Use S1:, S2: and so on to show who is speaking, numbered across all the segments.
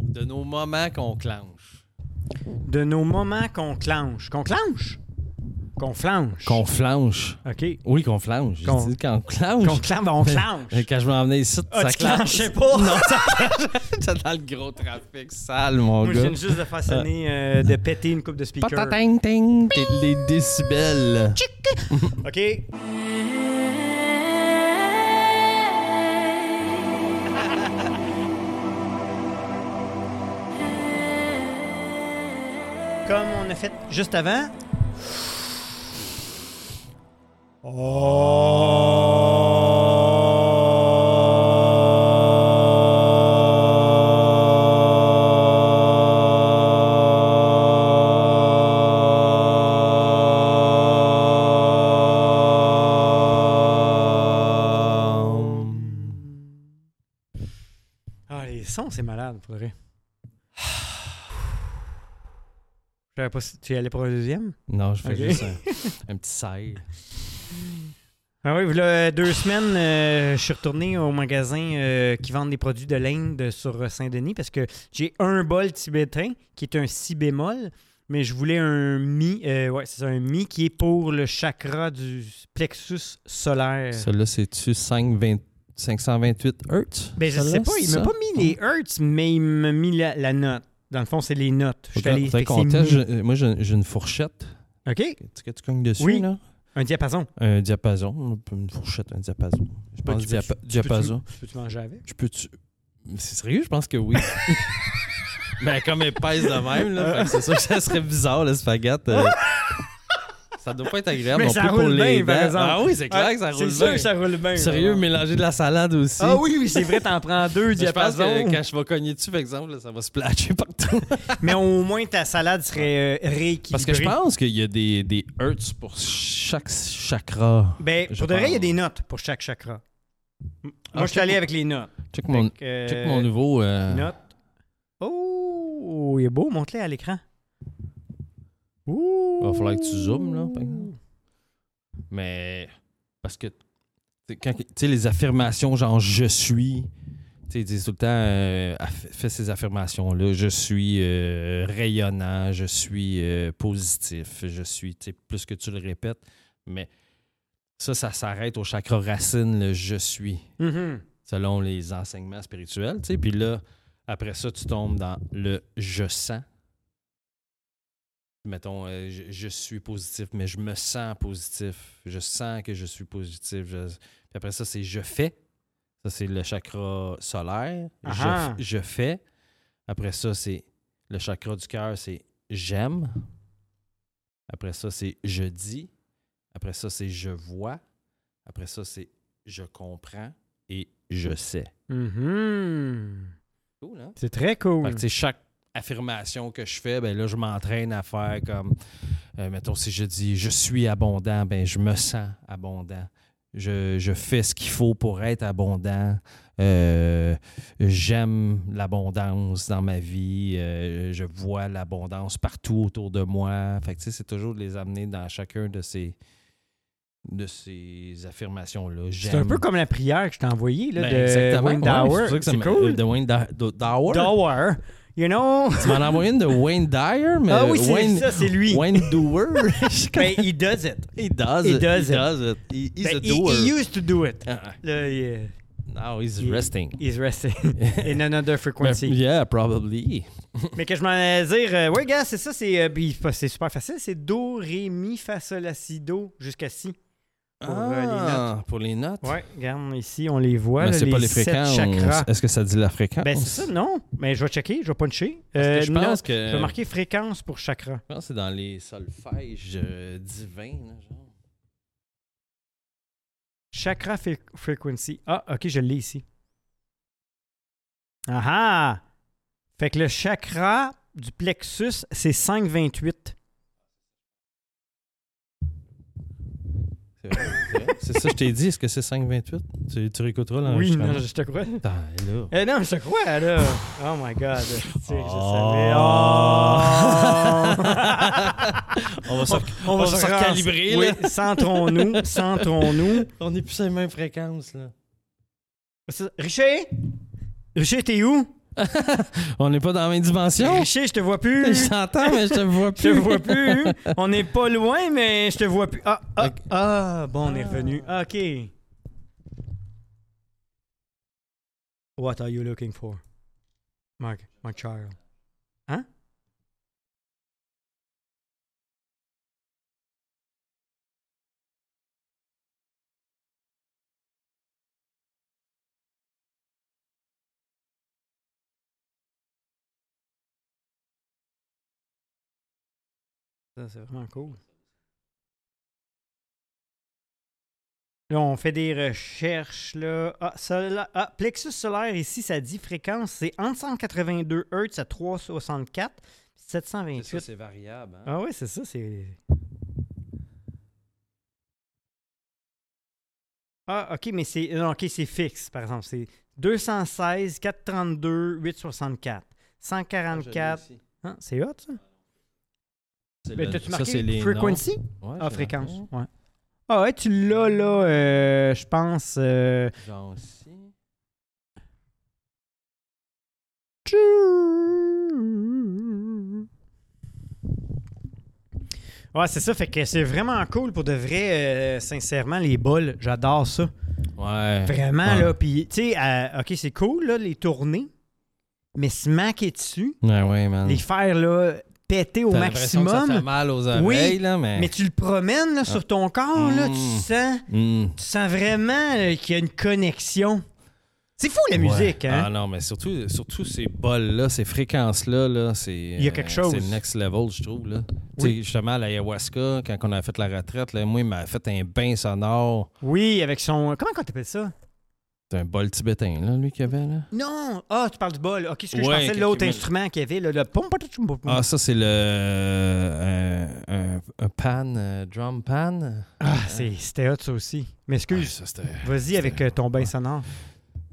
S1: de nos moments qu'on clenche.
S2: De nos moments qu'on clenche. Qu'on clenche? Qu'on flanche.
S1: Qu'on flanche.
S2: OK.
S1: Oui, qu'on flanche. J'ai
S2: Qu'on-
S1: dit qu'on clenche.
S2: Qu'on clenche, ben, on
S1: Mais
S2: clenche.
S1: Quand je m'en venais ici,
S2: Ah,
S1: ça
S2: tu clenches, je
S1: clenche.
S2: sais pas.
S1: J'étais dans le gros trafic sale, mon
S2: Moi, je
S1: gars.
S2: viens juste de façonner, euh, de péter une coupe de speaker.
S1: Patataing-ting, t'es les décibels.
S2: OK. Comme on a fait juste avant. Ah, les sons, c'est malade, pour vrai. Je savais pas si tu y allais pour un deuxième.
S1: Non, je fais
S2: Ok.
S1: juste un, un petit sale.
S2: Ah oui, voilà, deux semaines, euh, je suis retourné au magasin euh, qui vend des produits de l'Inde sur Saint-Denis parce que j'ai un bol tibétain qui est un si bémol, mais je voulais un mi, euh, ouais, c'est ça, un mi qui est pour le chakra du plexus solaire.
S1: Celui-là, c'est-tu 5, 20 528 Hertz?
S2: Ben, je
S1: Celui-là,
S2: sais pas, il
S1: c'est
S2: m'a
S1: ça?
S2: pas mis les hertz, mais il m'a mis la, la note. Dans le fond, c'est les notes. Je suis allé-
S1: Faudrait- faudrait
S2: fait
S1: qu'on
S2: que c'est
S1: teste.
S2: mi.
S1: Je- euh, Moi, j'ai j'ai une fourchette.
S2: OK,
S1: Est-ce que tu cognes dessus,
S2: Oui.
S1: là?
S2: un diapason.
S1: Un diapason. Une fourchette, un diapason. Je
S2: Ben,
S1: pense
S2: tu peux-
S1: diapa-
S2: tu peux-
S1: diapason.
S2: tu Peux-tu manger avec?
S1: Je peux tu. C'est sérieux, je pense que oui. ben, comme elle pèse de même, là, fait que c'est sûr que ça serait bizarre, le spaghette. euh. Ça doit pas être agréable
S2: Mais
S1: non
S2: ça
S1: plus pour
S2: roule
S1: les
S2: bien, par
S1: dents.
S2: exemple.
S1: Ah oui, c'est clair que ça
S2: Ah,
S1: roule
S2: C'est sûr
S1: bien.
S2: que ça roule bien.
S1: Sérieux,
S2: vraiment.
S1: mélanger de la salade aussi.
S2: Ah oui, oui, c'est vrai, t'en prends deux
S1: Je pense
S2: diapasons.
S1: que quand je vais cogner dessus, par exemple, là, ça va se splasher partout.
S2: Mais au moins, ta salade serait euh, rééquilibrée.
S1: Parce que je pense qu'il y a des, des hertz pour chaque chakra.
S2: Ben,
S1: je
S2: pour de vrai, il y a
S1: pense.
S2: des notes pour chaque chakra. M-
S1: Ah,
S2: Moi, je suis
S1: check
S2: allé
S1: mon-
S2: avec les notes.
S1: Check mon,
S2: Fait que, euh,
S1: check mon nouveau. euh,
S2: Notes. Oh, il est beau, montre-le à l'écran. Ouh.
S1: Va falloir que tu zoomes, là, par exemple. Mais. Parce que. tu sais, quand- Tu sais, les affirmations, genre je suis. Tu sais, ils disent tout le temps, euh, aff- fais ces affirmations-là. Je suis euh, rayonnant, je suis euh, positif, je suis. Tu sais, plus que tu le répètes. Mais ça, ça s'arrête au chakra racine, le je suis
S2: Mhm.
S1: selon les enseignements spirituels. tu sais. Puis là, après ça, tu tombes dans le je sens. Mettons, euh, je, je suis positif, mais je me sens positif. Je sens que je suis positif. Je- Puis après ça, c'est je fais. Ça, c'est le chakra solaire. Je f-
S2: Ah ah.
S1: je fais. Après ça, c'est le chakra du cœur, c'est j'aime. Après ça, c'est je dis. Après ça, c'est je vois. Après ça, c'est je comprends et je sais.
S2: Mhm.
S1: Cool, hein?
S2: C'est très
S1: Fait que,
S2: cool.
S1: tu sais, chaque affirmation que je fais, ben là, je m'entraîne à faire comme, euh, mettons, si je dis je suis abondant, ben je me sens abondant. Je, je fais ce qu'il faut pour être abondant. Euh, J'aime l'abondance dans ma vie. Euh, je vois l'abondance partout autour de moi. Fait que, tu sais, c'est toujours de les amener dans chacun de ces, de ces affirmations-là.
S2: C'est un
S1: J'aime.
S2: peu comme la prière que je t'ai envoyée là,
S1: Ben,
S2: de
S1: exactement.
S2: Wayne
S1: Ouais,
S2: Dower.
S1: pour ça que ça
S2: C'est
S1: m'a-
S2: cool.
S1: De Wayne Da- de- Dower.
S2: Dower, you know.
S1: Tu m'en as envoyé une de Wayne Dyer, mais
S2: Ah oui, c'est
S1: Wayne,
S2: ça, c'est lui.
S1: Wayne Doer.
S2: Ben, he does it.
S1: he does
S2: He
S1: it. he
S2: does it.
S1: does it. He- he's
S2: Ben,
S1: a
S2: he-
S1: doer.
S2: he used to do it.
S1: Ah, ah.
S2: Là, il est-
S1: Now he's
S2: He-
S1: resting.
S2: He's resting in another frequency.
S1: Ben, yeah, probably.
S2: Mais que je m'en allais dire, euh, ouais, gars, c'est ça, c'est euh, puis c'est- c'est super facile, c'est do, ré, mi, fa, sol, la, si, do, jusqu'à si. Pour, euh, les notes.
S1: Ah, Pour les notes.
S2: Ouais, regarde, ici, on les voit,
S1: mais
S2: là,
S1: Ben, c'est
S2: les,
S1: pas les
S2: sept
S1: fréquences.
S2: chakras.
S1: Est-ce que ça dit la fréquence?
S2: Ben, c'est ça, non, mais je vais checker, je vais puncher.
S1: Parce que
S2: Euh,
S1: je
S2: non,
S1: pense que
S2: je vais marquer fréquence pour chakra.
S1: je pense que c'est dans les solfèges euh, divins. là, genre.
S2: Chakra fre- frequency. Ah, OK, je l'ai ici. Ah ah! Fait que le chakra du plexus, c'est 528.
S1: C'est vrai, c'est vrai. C'est ça, je t'ai dit. Est-ce que c'est 528? Tu, tu réécouteras
S2: Oui,
S1: l'enregistrement.
S2: non, je te crois.
S1: Putain, là.
S2: Eh non, mais je te crois, là. Oh my God. Tu sais, je savais.
S1: Oh! Ah. On va se- on va se
S2: rance-
S1: recalibrer, là.
S2: Oui, centrons-nous, centrons-nous.
S1: On n'est plus sur les mêmes fréquences, là.
S2: C'est- Richer? Richer, t'es où?
S1: On n'est pas dans la même dimension.
S2: Richer, je te vois
S1: Je
S2: plus.
S1: t'entends, mais je te vois
S2: Je te
S1: plus.
S2: vois plus. On n'est pas loin, mais je te vois plus. Ah, ah,
S1: Ok.
S2: ah. Bon, on est revenu. OK. What are you looking for? My, my child. Hein? Ça, c'est vraiment cool. Là, on fait des recherches. Là. Ah, sola- ah, plexus solaire, ici, ça dit fréquence. C'est entre 182 Hz à 364, 728.
S1: c'est variable. hein.
S2: Ah oui, c'est ça, c'est. Ah, ok, mais c'est. Non, ok, c'est fixe, par exemple. C'est 216, 432, 864.
S1: Ah,
S2: 144. Hein, c'est hot, ça? Mais t'as-tu
S1: ça, c'est
S2: marqué
S1: les
S2: frequency?
S1: noms. Ouais,
S2: Ah,
S1: j'ai
S2: fréquence,
S1: marqué.
S2: ouais. Ah ouais, tu l'as là, euh, je pense. euh,
S1: Genre aussi.
S2: Ouais, c'est ça, fait que c'est vraiment cool pour de vrai, euh, sincèrement, les bols, j'adore ça.
S1: Ouais.
S2: Vraiment,
S1: Ouais.
S2: là, puis, tu sais, euh, OK, c'est cool, là, les tournées, mais se maquer dessus,
S1: Ouais, ouais, man.
S2: les faire, là, péter au
S1: Mm. T'as l'impression que Ça te fait
S2: maximum,
S1: mal aux oreilles, là, mais.
S2: mais tu le promènes, là, sur ton corps, là,
S1: Mm.
S2: tu sens...
S1: Hmm.
S2: Tu sens vraiment euh, qu'il y a une connexion. C'est fou la musique,
S1: Ouais. Ah
S2: hein?
S1: non, mais surtout, surtout ces bols-là, ces fréquences-là, là, c'est. euh,
S2: Il y a quelque chose.
S1: C'est le next level, je trouve. Là. Tu
S2: Oui.
S1: sais, Justement, à l'ayahuasca, quand on a fait la retraite, là, moi, il m'a fait un bain sonore.
S2: Oui, avec son. Comment qu'on t'appelle ça?
S1: C'est un bol tibétain, là, lui, qu'il y avait, là.
S2: Non! Ah, tu parles du bol. Ok, excuse,
S1: Ouais,
S2: je pensais
S1: que-
S2: de l'autre
S1: que-
S2: instrument qu'il y avait, là, le pom pom pom pom.
S1: Ah, ça, c'est le. euh, un, un pan, euh, drum pan.
S2: Ah, c'est- c'était hot ça aussi.
S1: Ouais,
S2: M'excuse.
S1: ça, c'était.
S2: Vas-y avec euh, ton bain sonore.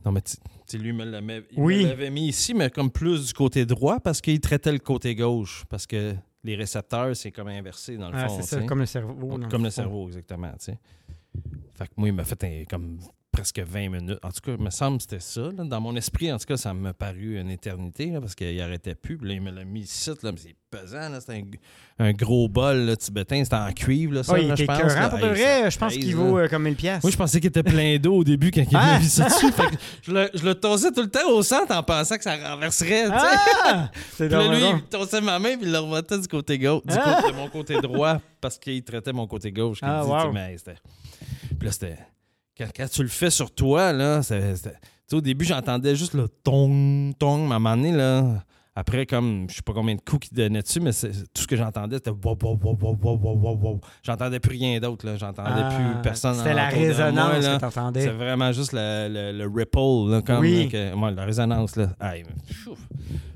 S1: Non, mais tu tu sais, lui, il me l'avait- il
S2: Oui.
S1: me l'avait mis ici, mais comme plus du côté droit, parce qu'il traitait le côté gauche. Parce que les récepteurs, c'est comme inversé, dans le
S2: Ah,
S1: fond.
S2: c'est ça,
S1: tu sais.
S2: comme le cerveau. dans
S1: comme le
S2: fond.
S1: cerveau, exactement. tu sais. Fait que moi, il m'a fait un- comme presque 20 minutes. En tout cas, il me semble que c'était ça. là. Dans mon esprit, en tout cas, ça m'a paru une éternité là, parce qu'il arrêtait plus. Puis là, il me l'a mis ici. Là, mais c'est pesant. là. C'est un, un gros bol là, tibétain. C'était en cuivre. Là, ça,
S2: Ah, il
S1: là,
S2: était
S1: je pense,
S2: écœurant
S1: là.
S2: pour de
S1: Hey, ça
S2: vrai. Je pense
S1: pèse, là.
S2: qu'il vaut euh, comme 1000 piastres.
S1: Moi, je pensais qu'il était plein d'eau au début quand il
S2: Ah!
S1: m'a mis ça dessus. Fait que je, le, je le tossais tout le temps au centre en pensant que ça renverserait. tu sais.
S2: Ah! C'est
S1: Puis là,
S2: drôle.
S1: lui,
S2: drôle.
S1: il tossait ma main puis il le remontait du côté gauche, du
S2: Ah!
S1: côté de mon côté droit, parce qu'il traitait mon côté gauche. qu'il
S2: Ah,
S1: dit, tu sais,
S2: wow.
S1: mais c'était- Puis là, c'était. Quand, quand tu le fais sur toi, là, c'était- c'était- tu sais, au début, j'entendais juste le tong, tong, mais à un moment donné, là. Après, comme, je sais pas combien de coups qu'il donnait dessus, mais c'est- tout ce que j'entendais, c'était wow, wow, wow, wow, wow, wow, wow, wow. J'entendais plus rien d'autre, là. J'entendais
S2: Ah,
S1: plus personne.
S2: C'était la
S1: autour de moi,
S2: résonance
S1: là.
S2: que t'entendais.
S1: C'est vraiment juste le, le- le ripple, là, comme
S2: Oui.
S1: là, que- ouais, la résonance. Là. Aïe, mais, chouf.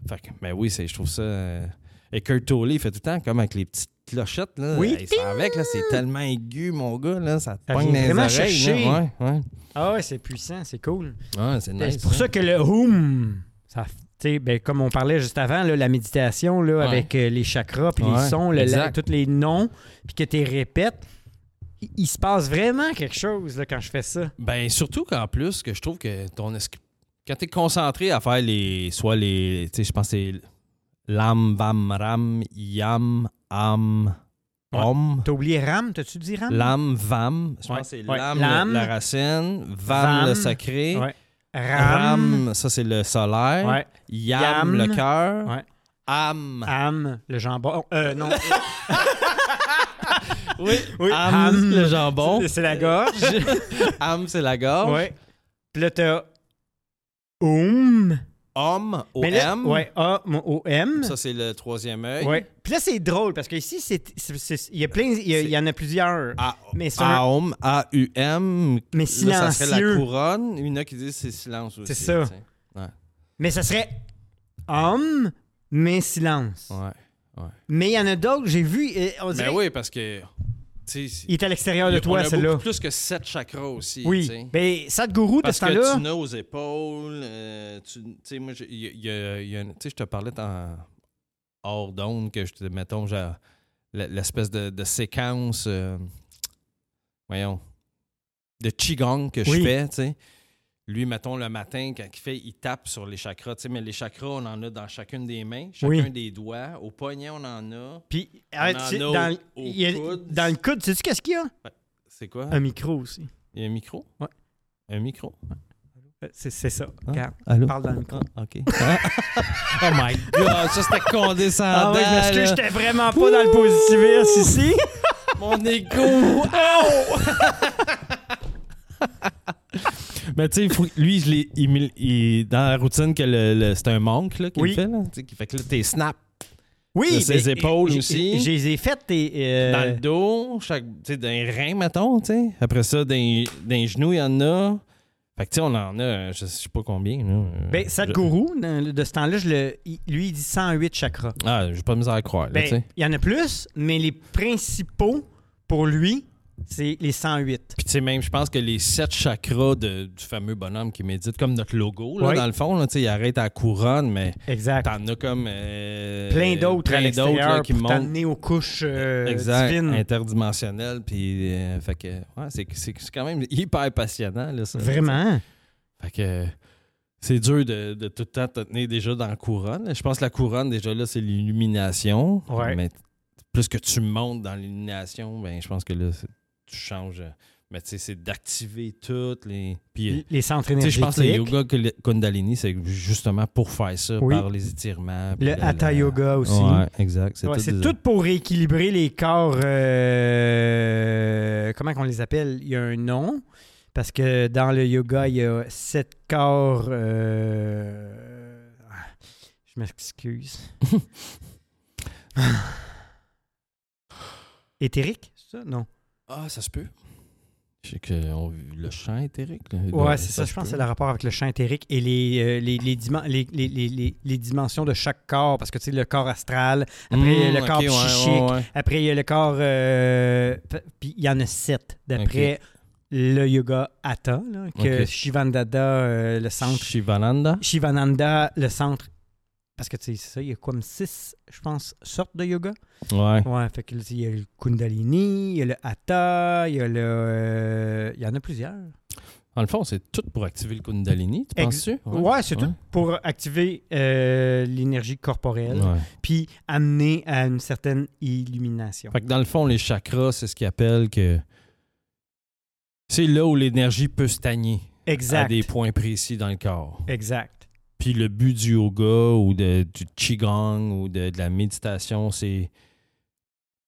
S1: Fait que, mais oui, c'est- je trouve ça. euh, Et Kurt Tolley, il fait tout le temps comme avec les petites clochettes. Là.
S2: Oui.
S1: Hey, ça avec, là, c'est tellement aigu, mon gars. Là, ça te
S2: Ça
S1: pogne dans
S2: vient
S1: les
S2: vraiment
S1: oreilles.
S2: chercher.
S1: là. Ouais, ouais.
S2: Ah ouais, c'est puissant, c'est cool.
S1: Ouais, c'est
S2: Ben,
S1: nice.
S2: c'est pour
S1: hein.
S2: ça que le hum, ça, tu sais, ben, comme on parlait juste avant, là, la méditation là,
S1: Ouais.
S2: avec euh, les chakras, puis
S1: Ouais,
S2: les sons, le- la-
S1: exact.
S2: tous les noms, puis que tu les répètes, il, il se passe vraiment quelque chose là, quand je fais ça.
S1: Ben, surtout qu'en plus, que je trouve que ton esprit. Quand t'es concentré à faire les. Soit les. Tu sais, je pense que c'est. Lam, vam, ram, yam, am,
S2: Ouais.
S1: om.
S2: T'as oublié Ram, t'as-tu dit Ram?
S1: L'âme, vam. Je pense
S2: Ouais.
S1: que c'est
S2: Ouais.
S1: l'âme,
S2: L'âme.
S1: la racine. Vam,
S2: Vam.
S1: le sacré.
S2: Ouais. Ram.
S1: Ram, ça c'est le solaire.
S2: Ouais.
S1: Yam,
S2: Yam.
S1: le cœur.
S2: Ouais.
S1: Am.
S2: Am, le jambon. Oh, euh, non.
S1: Oui,
S2: Ah, oui,
S1: Am,
S2: am.
S1: le jambon.
S2: C'est la gorge.
S1: Am, c'est la gorge.
S2: ouais. Puis là, t'as Om.
S1: Om,
S2: Mais là-
S1: O-M.
S2: Ouais, O-M.
S1: Ça c'est le troisième œil.
S2: Ouais. Puis là, c'est drôle parce qu'ici, il y, a plein, il y, a- il y en a plusieurs.
S1: A-
S2: Mais c'est un-
S1: Aum, A-U-M.
S2: mais
S1: Là, ça serait la
S2: silencieux.
S1: couronne. Il y en a qui disent c'est silence aussi.
S2: C'est ça.
S1: tu sais.
S2: mais ça serait homme, mais silence.
S1: Ouais.
S2: Mais il y en a d'autres, j'ai vu. euh, On
S1: Mais
S2: dirait
S1: oui, parce que. tu sais, c'est-
S2: Il est à l'extérieur de
S1: on
S2: toi,
S1: a
S2: celle-là.
S1: beaucoup plus que sept chakras aussi. tu
S2: Oui.
S1: sais.
S2: Ben, Sadhguru, de
S1: Parce que
S2: ce temps-là.
S1: tu n'as aux épaules, euh, tu tu sais, moi, j'ai- il y a- il y a- il y a une- tu sais, je te parlais en hors d'onde que je te, mettons, genre, l- l'espèce de, de séquence, euh, voyons, de Qigong que je
S2: Oui.
S1: fais, tu sais. Lui, mettons, le matin, quand il fait, il tape sur les chakras. Tu sais, mais les chakras, on en a dans chacune des mains, chacun
S2: Oui.
S1: des doigts. Au poignet, on en a.
S2: Puis,
S1: On
S2: arrête,
S1: en
S2: tu sais,
S1: a au-
S2: dans,
S1: au
S2: il y a-
S1: coude.
S2: dans le coude, sais-tu qu'est-ce qu'il y a?
S1: C'est quoi?
S2: Un micro aussi.
S1: Il y a un micro?
S2: Euh, Ouais.
S1: Un micro?
S2: Euh, C'est c'est ça.
S1: Ah.
S2: Regarde.
S1: Allô?
S2: Parle dans le micro.
S1: OK. oh my God, ça, c'était condescendant.
S2: Ah ouais, je
S1: ben, là.
S2: m'excuse, j'étais vraiment pas dans le positivisme ici.
S1: Mon égo!
S2: Oh!
S1: Ow! Mais tu sais, il faut- lui, je l'ai- il, me- il- dans la routine que le, le- c'est un monk là, qui
S2: Oui.
S1: le fait. Là, tu sais, qui fait que là, t'es snap
S2: Oui,
S1: De ses
S2: mais-
S1: épaules
S2: j'ai-
S1: aussi.
S2: Je les ai faites. tes, euh,
S1: dans le dos, chaque, tu sais, d'un rein, mettons. tu sais. Après ça, d'un genou, il y en a. Fait que tu sais, on en a, euh, je sais pas combien. Là. Euh,
S2: Ben, Sadhguru, dans le- de ce temps-là, je le- il- lui, il dit 108 chakras.
S1: je- Ah, j'ai pas de misère à croire. là,
S2: Ben,
S1: tu
S2: il
S1: sais.
S2: y en a plus, mais les principaux pour lui, c'est les 108.
S1: Puis tu sais, même, je pense que les sept chakras de- du fameux bonhomme qui médite, comme notre logo, là,
S2: Oui.
S1: dans le fond, là, tu sais, il arrête à la couronne, mais.
S2: Exact.
S1: T'en as comme. euh,
S2: Plein d'autres à
S1: plein d'autres, là,
S2: l'extérieur
S1: qui
S2: qui pour
S1: montent.
S2: t'amener aux couches euh,
S1: exact,
S2: divines.
S1: interdimensionnel. Puis, euh, fait que, ouais, c'est, c'est, c'est quand même hyper passionnant, là, ça.
S2: Vraiment.
S1: Fait que, euh, c'est dur de, de tout le temps te tenir déjà dans la couronne. Je pense que la couronne, déjà, là, c'est l'illumination.
S2: Ouais.
S1: Mais plus que tu montes dans l'illumination, ben, je pense que là, c'est- tu changes. euh, Mais tu sais, c'est d'activer toutes les. Puis, euh,
S2: Les centres
S1: tu sais, je
S2: énergétiques.
S1: pense que le yoga que le- Kundalini, c'est justement pour faire ça,
S2: Oui.
S1: par les étirements. puis
S2: Le
S1: la- la-
S2: Hatha Yoga aussi.
S1: Ouais, exact. C'est
S2: Ouais,
S1: tout
S2: C'est
S1: des-
S2: tout pour rééquilibrer les corps. euh, comment qu'on les appelle Il y a un nom. Parce que dans le yoga, il y a sept corps. euh, Je m'excuse. Éthérique, c'est ça Non.
S1: Ah, ça se peut. Je sais que on- le chant éthérique. là,
S2: Ouais,
S1: doit-
S2: c'est ça.
S1: Eh ben, se
S2: Je pense que
S1: peut.
S2: c'est le rapport avec le champ éthérique et les, euh, les, les, dimen- les, les- les- les- les dimensions de chaque corps. Parce que tu sais, le corps astral, après
S1: Mm,
S2: le corps
S1: ok, ouais,
S2: psychique,
S1: ouais, ouais.
S2: Après, il y a le corps. euh, p- puis il y en a sept, d'après le yoga Hatha, là, que
S1: Ok.
S2: Shivananda, euh, le centre.
S1: Shivananda.
S2: Shivananda, le centre. Parce que tu sais, c'est ça, il y a comme six, je pense, sortes de yoga.
S1: Ouais.
S2: Ouais, fait que là, il y a le Kundalini, il y a le Hatha, il y a le. euh, il y en a plusieurs.
S1: Dans le fond, c'est tout pour activer le Kundalini, tu
S2: Ex-
S1: penses-tu?
S2: Ouais, c'est
S1: ouais.
S2: tout pour activer euh, l'énergie corporelle,
S1: Ouais.
S2: puis amener à une certaine illumination.
S1: Fait que dans le fond, les chakras, c'est ce qu'ils appellent que. C'est là où l'énergie peut stagner à
S2: Exact.
S1: des points précis dans le corps.
S2: Exact.
S1: Puis le but du yoga ou de- du Qigong ou de- de la méditation, c'est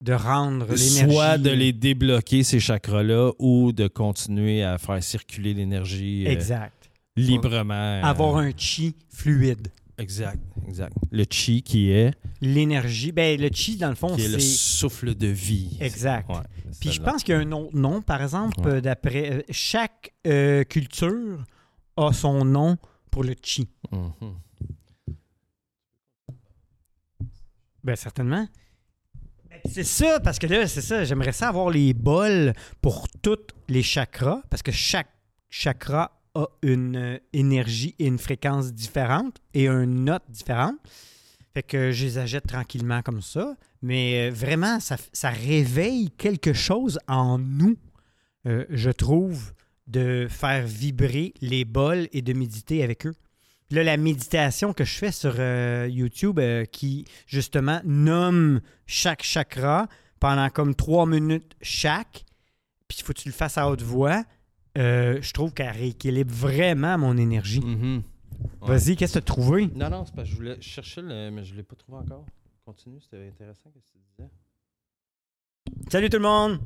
S2: De rendre l'énergie. euh.
S1: soit de les débloquer, ces chakras-là, ou de continuer à faire circuler l'énergie euh,
S2: Exact.
S1: librement. euh,
S2: Avoir un chi fluide.
S1: Exact, exact. Le chi qui est,
S2: L'énergie. Ben, le chi, dans le fond,
S1: qui est le
S2: c'est.
S1: souffle de vie.
S2: Exact.
S1: Ouais,
S2: Puis je
S1: celle-là.
S2: pense qu'il y a un autre nom, par exemple,
S1: Ouais.
S2: euh, d'après. euh, Chaque euh, culture a son nom pour le chi.
S1: Mhm.
S2: Ben, certainement. Ben, C'est ça, parce que là, c'est ça. J'aimerais ça avoir les bols pour tous les chakras, parce que chaque chakra a une euh, énergie et une fréquence différente et une note différente. Fait que je les achète tranquillement comme ça. Mais euh, vraiment, ça, f- ça réveille quelque chose en nous, euh, je trouve, de faire vibrer les bols et de méditer avec eux. Puis Là, la méditation que je fais sur euh, YouTube euh, qui, justement, nomme chaque chakra pendant comme trois minutes chaque, puis il faut que tu le fasses à haute voix, euh, je trouve qu'elle rééquilibre vraiment mon énergie.
S1: Mhm. Ouais.
S2: Vas-y, qu'est-ce que tu as trouvé?
S1: Non, non, c'est parce que je voulais je cherchais, le, mais je ne l'ai pas trouvé encore. Continue, c'était intéressant ce que tu disais.
S2: Salut tout le monde!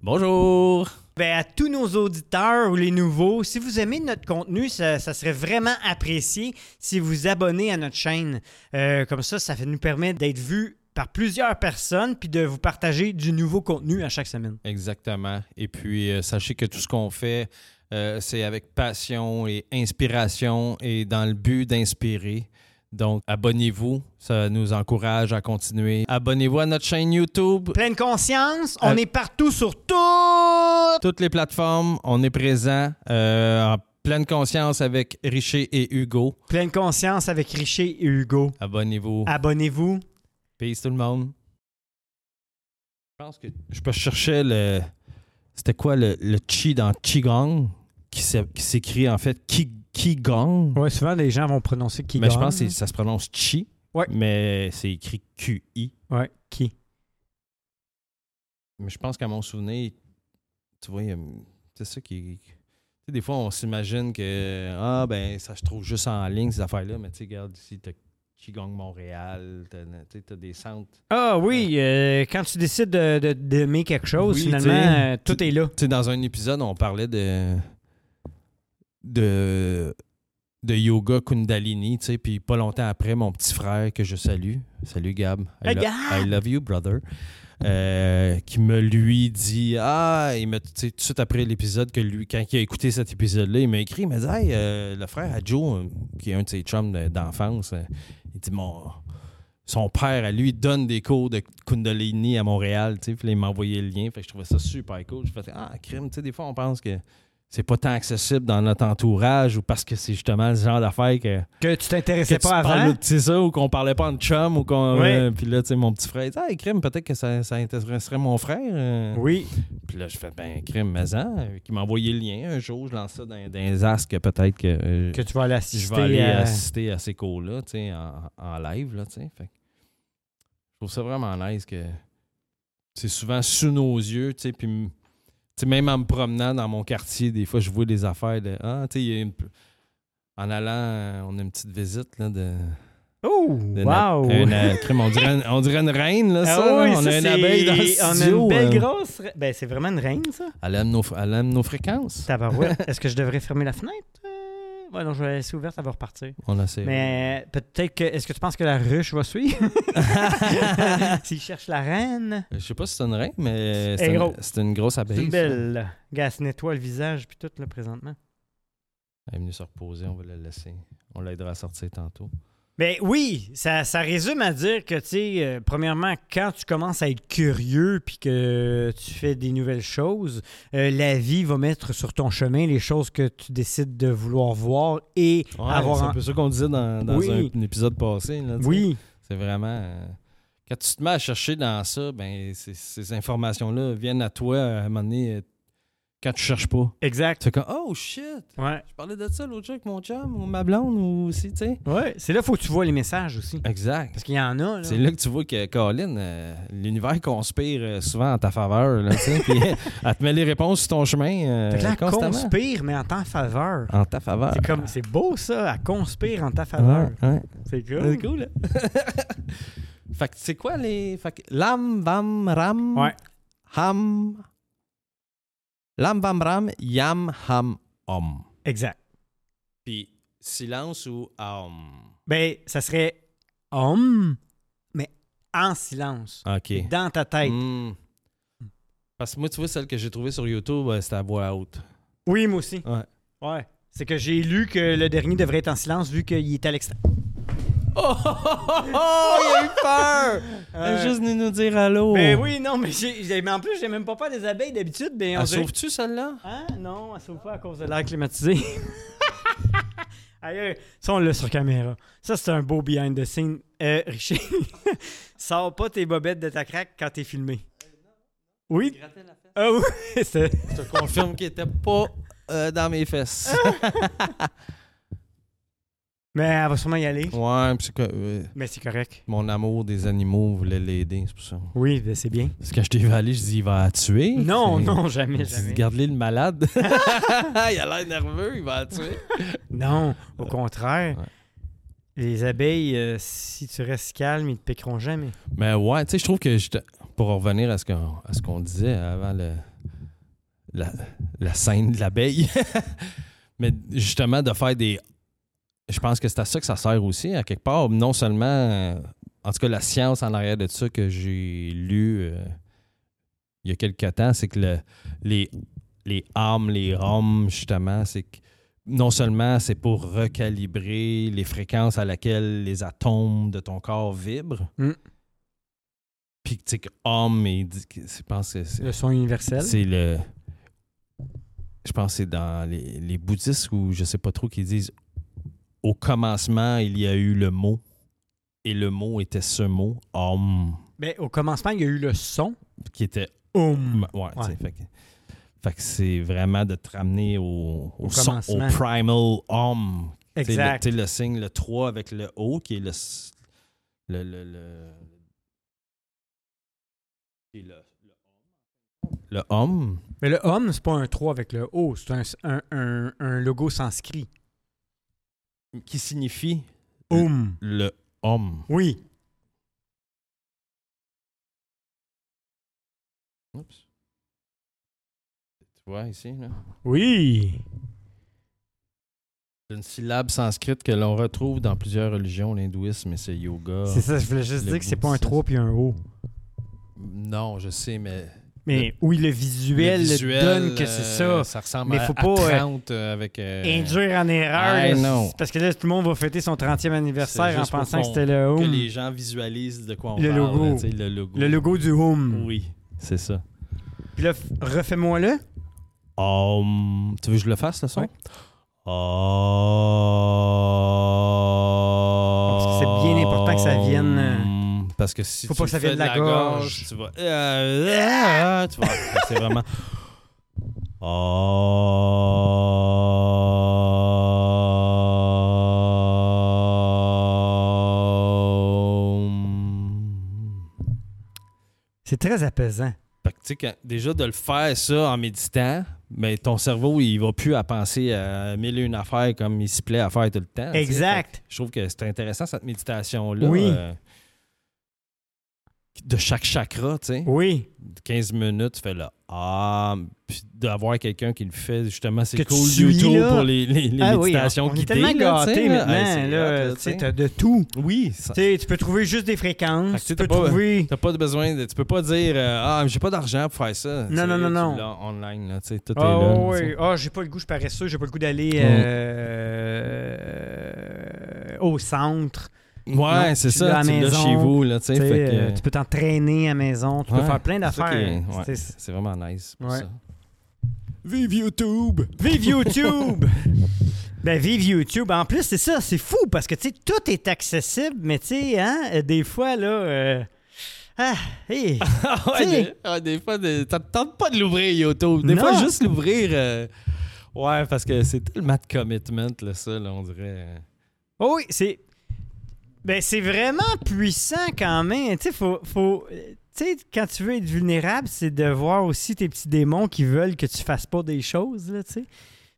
S1: Bonjour!
S2: Ben, à tous nos auditeurs ou les nouveaux, si vous aimez notre contenu, ça, ça serait vraiment apprécié si vous abonnez à notre chaîne. Euh, comme ça, ça fait- nous permet d'être vus par plusieurs personnes puis de vous partager du nouveau contenu à chaque semaine.
S1: Exactement. Et puis, euh, sachez que tout ce qu'on fait, euh, c'est avec passion et inspiration et dans le but d'inspirer. Donc, abonnez-vous. Ça nous encourage à continuer. Abonnez-vous à notre chaîne YouTube.
S2: Pleine conscience, on
S1: Euh,
S2: est partout sur tout.
S1: Toutes les plateformes, on est présent euh, en pleine conscience avec Richer et Hugo.
S2: Pleine conscience avec Richer et Hugo.
S1: Abonnez-vous.
S2: Abonnez-vous.
S1: Peace tout le monde. Je pense que je peux chercher le. C'était quoi le, le chi dans Qigong? qui s'é- qui s'écrit en fait Qi- Qigong.
S2: Ouais, souvent, les gens vont prononcer qui
S1: mais Ben, je pense que c'est- ça se prononce chi,
S2: Ouais.
S1: mais c'est écrit QI.
S2: Ouais, qui.
S1: Mais je pense qu'à mon souvenir, tu vois, il y a- c'est ça qui. tu sais, des fois, on s'imagine que ah ben ça se trouve juste en ligne, ces affaires-là, mais tu sais, regarde ici, t'as Qigong Montréal, t'as tu sais, t'as des centres.
S2: Ah oui, euh, quand tu décides de, de, d'aimer quelque chose,
S1: Oui,
S2: finalement,
S1: tu sais,
S2: euh, tout est là.
S1: Tu sais, dans un épisode, on parlait de de, de yoga Kundalini, tu sais, puis pas longtemps après, mon petit frère que je salue, salut Gab, I,
S2: Hey,
S1: lo-
S2: Gab!
S1: I love you brother, euh, qui me lui dit ah, il me tu sais, tout de suite après l'épisode que lui quand il a écouté cet épisode là, il m'a écrit, il m'a dit hey, euh, le frère à Joe euh, qui est un de ses chums de- d'enfance, euh, il dit mon son père à lui donne des cours de Kundalini à Montréal, tu sais, puis là, il m'a envoyé le lien, fait que je trouvais ça super cool. Je faisais ah crime, tu sais des fois on pense que c'est pas tant accessible dans notre entourage ou parce que c'est justement le genre d'affaires que,
S2: Que tu
S1: que
S2: t'intéressais
S1: tu
S2: pas
S1: parles
S2: avant.
S1: de- c'est ça ou qu'on parlait pas en chum ou qu'on
S2: Ouais.
S1: euh, puis là tu sais mon petit frère il dit, ah crime peut-être que ça, ça intéresserait mon frère euh.
S2: Oui.
S1: puis là je fais ben crime mais hein, qui m'a envoyé le lien un jour je lance ça dans, dans les asques que peut-être que, euh,
S2: Que tu vas aller
S1: je
S2: assister. euh,
S1: vais aller euh,
S2: à-
S1: assister à ces cours-là, tu sais, en, en live, là, tu sais. Fait que je trouve ça vraiment nice que c'est souvent sous nos yeux, tu sais, puis m- tu sais, même en me promenant dans mon quartier, des fois, je vois des affaires de... Ah, tu sais, il y a une p- En allant, euh, on a une petite visite, là, de...
S2: Oh,
S1: de na-
S2: wow!
S1: un, euh, crime, on, dirait, une- on dirait une reine, là, ça.
S2: Ah
S1: là.
S2: oui,
S1: on
S2: ça,
S1: a une
S2: c'est-
S1: abeille dans le studio.
S2: On a une belle
S1: euh,
S2: grosse... ra- Ben, c'est vraiment une reine, ça.
S1: elle, aime nos, fr- elle aime nos fréquences.
S2: Tabarouette. Est-ce que je devrais fermer la fenêtre? Euh, Ouais, non, je vais la laisser ouverte, elle va repartir.
S1: On essaie.
S2: Mais peut-être que... Est-ce que tu penses que la ruche va suivre? S'il cherche la reine...
S1: Euh, Je sais pas si c'est une reine, mais
S2: Hey,
S1: c'est une,
S2: gros.
S1: c'est une grosse abeille.
S2: C'est une
S1: Ben, ça.
S2: belle. Gars, elle se nettoie le visage puis tout, là, présentement.
S1: Elle est venue se reposer, on va la laisser. On l'aidera à sortir tantôt.
S2: Ben oui, ça, ça résume à dire que, tu sais, euh, premièrement, quand tu commences à être curieux puis que tu fais des nouvelles choses, euh, la vie va mettre sur ton chemin les choses que tu décides de vouloir voir et avoir...
S1: c'est un
S2: en-
S1: peu ça qu'on disait dans, dans
S2: Oui.
S1: un, un épisode passé. là, tu sais.
S2: Oui,
S1: C'est vraiment. euh, quand tu te mets à chercher dans ça, ben ces- ces informations-là viennent à toi à un moment donné euh, quand tu cherches pas. Tu
S2: exact.
S1: fais comme Oh shit!
S2: Ouais,
S1: Je parlais de ça l'autre jour avec mon chum ou ma blonde ou aussi, tu sais.
S2: ouais. c'est là faut que tu vois les messages aussi.
S1: Exact.
S2: Parce qu'il y en a, là.
S1: Euh, C'est là que tu vois que, Colin, euh, l'univers conspire euh, souvent en ta faveur. Là, tu sais, puis elle te met les réponses sur ton chemin euh,
S2: Fait que là, elle
S1: constamment. Ah.
S2: conspire, mais en ta faveur.
S1: En ta faveur.
S2: C'est comme, c'est beau, ça, à conspire en ta faveur.
S1: Ouais, ouais.
S2: C'est
S1: Ah. C'est
S2: cool.
S1: cool, hein? fait que c'est quoi les. Fait que lam, vam, ram.
S2: Ouais.
S1: Ham. Lam, vam, ram, yam, ham, om.
S2: Exact.
S1: Puis silence ou om.
S2: Ben, ça serait homme, mais en silence.
S1: OK.
S2: Dans ta tête.
S1: Hmm. Parce que moi, tu vois, celle que j'ai trouvée sur YouTube, euh, c'était à voix haute.
S2: Oui, moi aussi.
S1: Ouais.
S2: Ouais. C'est que j'ai lu que le dernier devrait être en silence vu qu'il est à l'extérieur.
S1: Oh, oh, oh, oh, il a eu peur! Il a juste venu nous dire allô.
S2: Ben oui, non, mais, j'ai- j'ai- mais en plus, j'ai même pas peur des abeilles d'habitude. Ben, on
S1: Elle
S2: dirait-
S1: sauve-tu celle-là?
S2: Hein? Non, elle sauve pas à cause de l'air climatisé. Aïe, aïe. ça, on l'a sur caméra. Ça, c'est un beau behind the scene. Euh, Richie, sors pas tes bobettes de ta craque quand t'es filmé. Oui? Ah oui, c'est...
S1: Je te confirme qu'il était pas euh, dans mes fesses.
S2: Mais elle va sûrement y aller.
S1: ouais, pis c'est que. euh,
S2: Mais c'est correct.
S1: Mon amour des animaux voulait l'aider, c'est pour ça.
S2: Oui, ben, c'est bien.
S1: Parce que quand je t'ai vu aller, je dis il va la tuer.
S2: Non,
S1: C'est-
S2: non,
S1: Je
S2: jamais,
S1: dis,
S2: jamais.
S1: Garde-le le malade. il a l'air nerveux, il va la tuer.
S2: Non, au contraire.
S1: Euh, Ouais.
S2: Les abeilles, euh, si tu restes calme, ils te piqueront jamais.
S1: Mais ouais, tu sais, je trouve que je te- pour en revenir à ce qu'on à ce qu'on disait avant le la, la scène de l'abeille. Mais justement de faire des je pense que c'est à ça que ça sert aussi à quelque part, non seulement euh, en tout cas la science en arrière de ça que j'ai lu euh, il y a quelques temps, c'est que le- les les âmes, les hommes justement, c'est que non seulement c'est pour recalibrer les fréquences à laquelle les atomes de ton corps vibrent,
S2: Mm.
S1: puis tu sais que homme, il dit que- je pense que c'est
S2: Le son universel.
S1: c'est le. Je pense que c'est dans les, les bouddhistes ou je sais pas trop qui disent au commencement, il y a eu le mot et le mot était ce mot, homme,
S2: Mais au commencement, Ben, il y a eu le son.
S1: qui était
S2: Oum.
S1: Um. Ouais, tu sais,
S2: Hmm. Ouais.
S1: fait que- Fait que c'est vraiment de te ramener au, au,
S2: Au
S1: son- au
S2: commencement.
S1: primal homme. Tu sais, le-
S2: Exact.
S1: tu sais, le signe, le 3 avec le O, qui est le. s- le, le, le- qui est le- le homme.
S2: Mais le homme, c'est pas un 3 avec le O, c'est un, un, un- un logo sanscrit.
S1: Le homme, qui signifie
S2: Om.
S1: le homme.
S2: Oui.
S1: Oups. Tu vois ici, là?
S2: Oui.
S1: C'est une syllabe sanscrite que l'on retrouve dans plusieurs religions, l'hindouisme et c'est yoga.
S2: C'est ça, je voulais juste
S1: Ah. Le
S2: dire que c'est pas un
S1: bouddhisme.
S2: 3 puis un O.
S1: Non, je sais, mais
S2: Mais oui, le visuel,
S1: le visuel,
S2: donne que c'est
S1: euh,
S2: ça.
S1: Ça ressemble
S2: Mais
S1: à,
S2: faut
S1: à
S2: pas, euh,
S1: 30 euh, avec. euh,
S2: Induire en erreur.
S1: I
S2: là,
S1: know.
S2: c'est parce que là, tout le monde va fêter son 30e
S1: C'est
S2: anniversaire en
S1: juste pour
S2: pensant que
S1: qu'on-
S2: c'était le
S1: que
S2: Home.
S1: les gens visualisent de quoi on
S2: Le
S1: parle.
S2: logo.
S1: là, tu sais, le logo.
S2: Le logo du hum. Home.
S1: Oui, c'est ça.
S2: Puis là, f- refais-moi le.
S1: Om. Hum, Tu veux que je le fasse, le son? Hum.
S2: Ouais.
S1: Om.
S2: Parce que c'est bien important que ça vienne, euh,
S1: Parce que si
S2: faut
S1: tu
S2: pas
S1: le
S2: que ça
S1: fais
S2: vienne de la gorge.
S1: tu vas. euh, euh, tu vas. C'est vraiment. Hum. Om.
S2: C'est très apaisant.
S1: Fait que, tu sais, quand- déjà de le faire ça en méditant, mais ton cerveau, il va plus à penser à mille et une affaires comme il se plaît à faire tout le temps. tu sais.
S2: exact.
S1: Ah, Fait que Je trouve que c'est intéressant cette méditation-là.
S2: Oui.
S1: euh, de chaque chakra, tu sais.
S2: Oui.
S1: 15 minutes, tu fais le Ah, puis d'avoir quelqu'un qui le fait, justement, c'est
S2: Que tu
S1: cool
S2: suis,
S1: YouTube
S2: là.
S1: pour les, les- les
S2: Ah oui,
S1: méditations
S2: on, on est
S1: guidées.
S2: tellement
S1: là, tu sais,
S2: gâtés
S1: là. Hey,
S2: maintenant.
S1: c'est hot,
S2: là,
S1: là,
S2: tu sais,
S1: tu sais.
S2: t'as de tout.
S1: Oui, ça-
S2: Tu sais, tu peux trouver juste des
S1: Fait
S2: fréquences.
S1: que
S2: Tu
S1: t'as
S2: peux
S1: pas- euh,
S2: trouver.
S1: T'as pas de besoin de. Tu peux pas dire euh, Ah, j'ai pas d'argent pour faire ça. Tu sais,
S2: non, non,
S1: tu
S2: non.
S1: l'as online, là, tu sais, tout est là.
S2: Oh,
S1: tu sais.
S2: oui. Ah, j'ai pas le goût, je suis paresseux, j'ai pas le goût d'aller
S1: Mm.
S2: euh, au centre.
S1: Ouais,
S2: Non,
S1: c'est
S2: tu l'as
S1: ça.
S2: à
S1: Tu l'as
S2: maison,
S1: chez vous, là, tu sais.
S2: Tu sais,
S1: fait que,
S2: euh, tu peux t'entraîner à maison, tu peux
S1: ouais,
S2: faire plein
S1: c'est ça qui est-
S2: d'affaires.
S1: ouais.
S2: C'est-
S1: C'est vraiment nice. Pour
S2: Ouais.
S1: ça. Vive YouTube!
S2: Vive YouTube! ben, vive YouTube. En plus, c'est ça, c'est fou parce que, tu sais, tout est accessible, mais, tu sais, hein, euh, des fois, là. euh, Ah,
S1: ouais,
S2: hey. Tu sais.
S1: des, ah, des fois, des- t'as- tente pas de l'ouvrir, YouTube. Des
S2: Non.
S1: fois, juste l'ouvrir. euh, Ouais, parce que c'est tellement de commitment, là, ça, là, on dirait.
S2: Oh oui, c'est. Ben, c'est vraiment puissant quand même. Tu sais, faut. faut... Tu sais, quand tu veux être vulnérable, c'est de voir aussi tes petits démons qui veulent que tu fasses pas des choses, là, tu sais.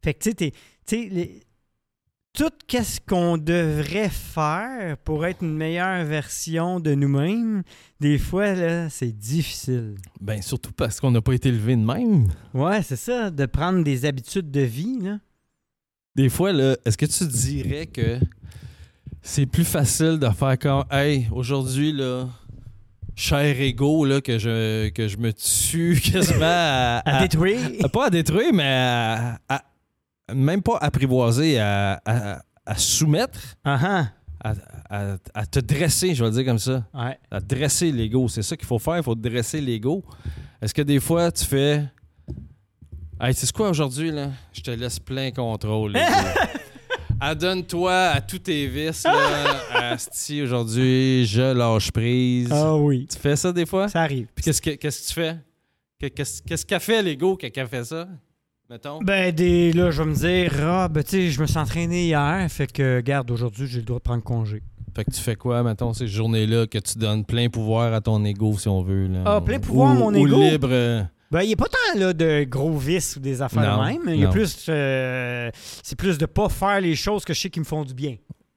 S2: Fait que, tu sais, t'es- tu sais, les- tout qu'est-ce qu'on devrait faire pour être une meilleure version de nous-mêmes, des fois, là, c'est difficile.
S1: Ben, surtout parce qu'on n'a pas été élevé de même.
S2: Ouais, c'est ça, de prendre des habitudes de vie, là.
S1: Des fois, là, est-ce que tu dirais que c'est plus facile de faire comme Hey, aujourd'hui, là, cher ego, là, que je, que je me tue quasiment à,
S2: À
S1: à-
S2: détruire.
S1: à- pas à détruire, mais à, à- même pas apprivoiser, à, à- à soumettre,
S2: Ah
S1: à, à- à te dresser, je vais le dire comme ça.
S2: ah. Ouais.
S1: À dresser l'ego. C'est ça qu'il faut faire, il faut dresser l'ego. Est-ce que des fois, tu fais Hey, c'est quoi aujourd'hui, là? Je te laisse plein contrôle. là. Adonne-toi à tous tes vices, là. Asti, aujourd'hui, je lâche prise.
S2: Ah oui.
S1: Tu fais ça des fois?
S2: Ça arrive.
S1: Puis qu'est-ce que, qu'est-ce que tu fais? Que- Qu'est-ce, qu'est-ce qu'a fait l'ego quand elle a fait ça? Mettons.
S2: Ben, des, là, je vais me dire, ah, ben, tu sais, je me suis entraîné hier, fait que, garde, aujourd'hui, j'ai le droit de prendre congé.
S1: Fait que tu fais quoi, mettons, ces journées-là, que tu donnes plein pouvoir à ton ego, si on veut? Là.
S2: Ah, plein pouvoir à mon
S1: ou
S2: ego?
S1: libre. euh,
S2: Ben, il n'y a pas tant, là, de gros vices ou des affaires
S1: Non,
S2: de même. hein. Il y a
S1: non.
S2: plus, euh, c'est plus de pas faire les choses que je sais qui me font du bien.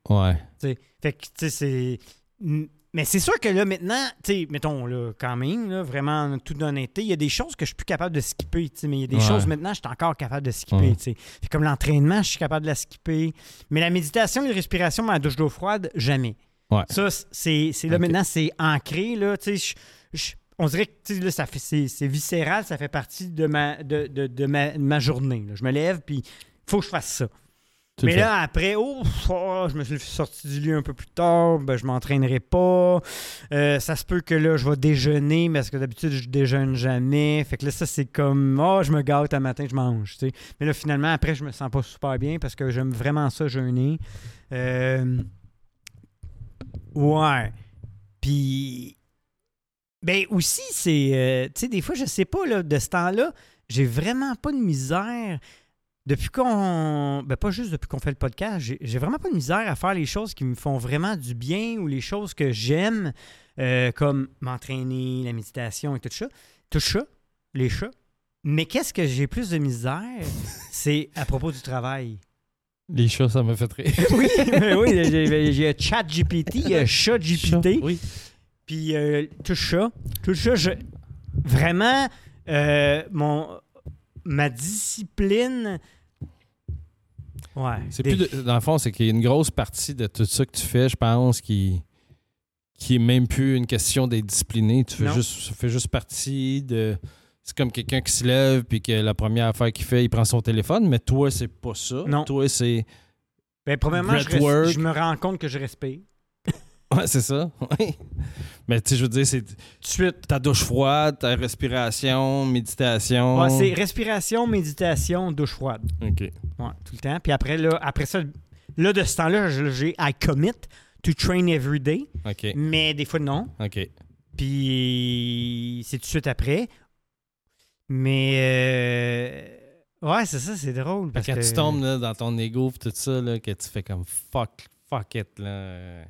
S1: Ouais.
S2: Fait que, tu sais, c'est. Mm. Mais c'est sûr que là, maintenant, tu sais, mettons, là, quand même, là, vraiment, en toute honnêteté, il y a des choses que je suis plus capable de skipper, tu sais, mais il y a des
S1: Ouais.
S2: choses maintenant, je suis encore capable de skipper,
S1: Ouais.
S2: tu sais. Fait comme l'entraînement, je suis capable de la skipper. Mais la méditation, les respirations, ma douche d'eau froide, jamais.
S1: Ouais.
S2: Ça, c'est c'est là,
S1: Ok.
S2: maintenant, c'est ancré, là, tu sais, je- je- on dirait que tu sais, là, ça fait- c'est c'est viscéral, ça fait partie de ma, de, de- de ma, de ma journée. là. Je me lève, puis faut que je fasse ça.
S1: Tu le
S2: Mais
S1: fais.
S2: là, après, oh, oh, je me suis sorti du lieu un peu plus tard, ben, je m'entraînerai pas. Euh, ça se peut que là, je vais déjeuner, parce que d'habitude, je déjeune jamais. Fait que là, ça, c'est comme, oh, je me gâte un matin, je mange. tu sais. Mais là, finalement, après, je me sens pas super bien parce que j'aime vraiment ça, jeûner. Euh, Ouais. Puis. Ben aussi, c'est. euh, tu sais, des fois, je sais pas, là, de ce temps-là, j'ai vraiment pas de misère. Depuis qu'on. Ben, pas juste depuis qu'on fait le podcast, j'ai- j'ai vraiment pas de misère à faire les choses qui me font vraiment du bien ou les choses que j'aime, euh, comme m'entraîner, la méditation et tout ça. Tout ça, les chats. Mais qu'est-ce que j'ai plus de misère, c'est à propos du travail.
S1: Les chats, ça me fait rire.
S2: oui, mais Ben oui, j'ai- j'ai chat GPT, il y a chat GPT.
S1: Oui.
S2: Puis euh, tout ça, tout ça, je... vraiment, euh, mon... ma discipline. Ouais.
S1: C'est
S2: des-
S1: plus de- dans le fond, c'est qu'il y a une grosse partie de tout ça que tu fais, je pense, qui qui est même plus une question d'être discipliné. Tu fais
S2: Non.
S1: juste, ça fait juste partie de. C'est comme quelqu'un qui se lève puis que la première affaire qu'il fait, il prend son téléphone. Mais toi, c'est pas ça.
S2: Non.
S1: Toi, c'est.
S2: Ben, premièrement, je, res-
S1: breathwork.
S2: je me rends compte que je respire.
S1: Ouais, c'est ça. Ouais. Mais tu sais, je veux dire, c'est
S2: Tout de suite.
S1: ta douche froide, ta respiration, méditation.
S2: Ouais, c'est respiration, méditation, douche froide.
S1: OK.
S2: Ouais, tout le temps. Puis après, là, après ça, là, de ce temps-là, je- j'ai I commit to train every day.
S1: OK.
S2: Mais des fois, non.
S1: OK.
S2: Puis c'est tout de suite après. Mais euh, ouais, c'est ça, c'est drôle. Parce
S1: quand
S2: que
S1: tu tombes là, dans ton ego pis tout ça, là, que tu fais comme fuck, fuck it. Là. euh,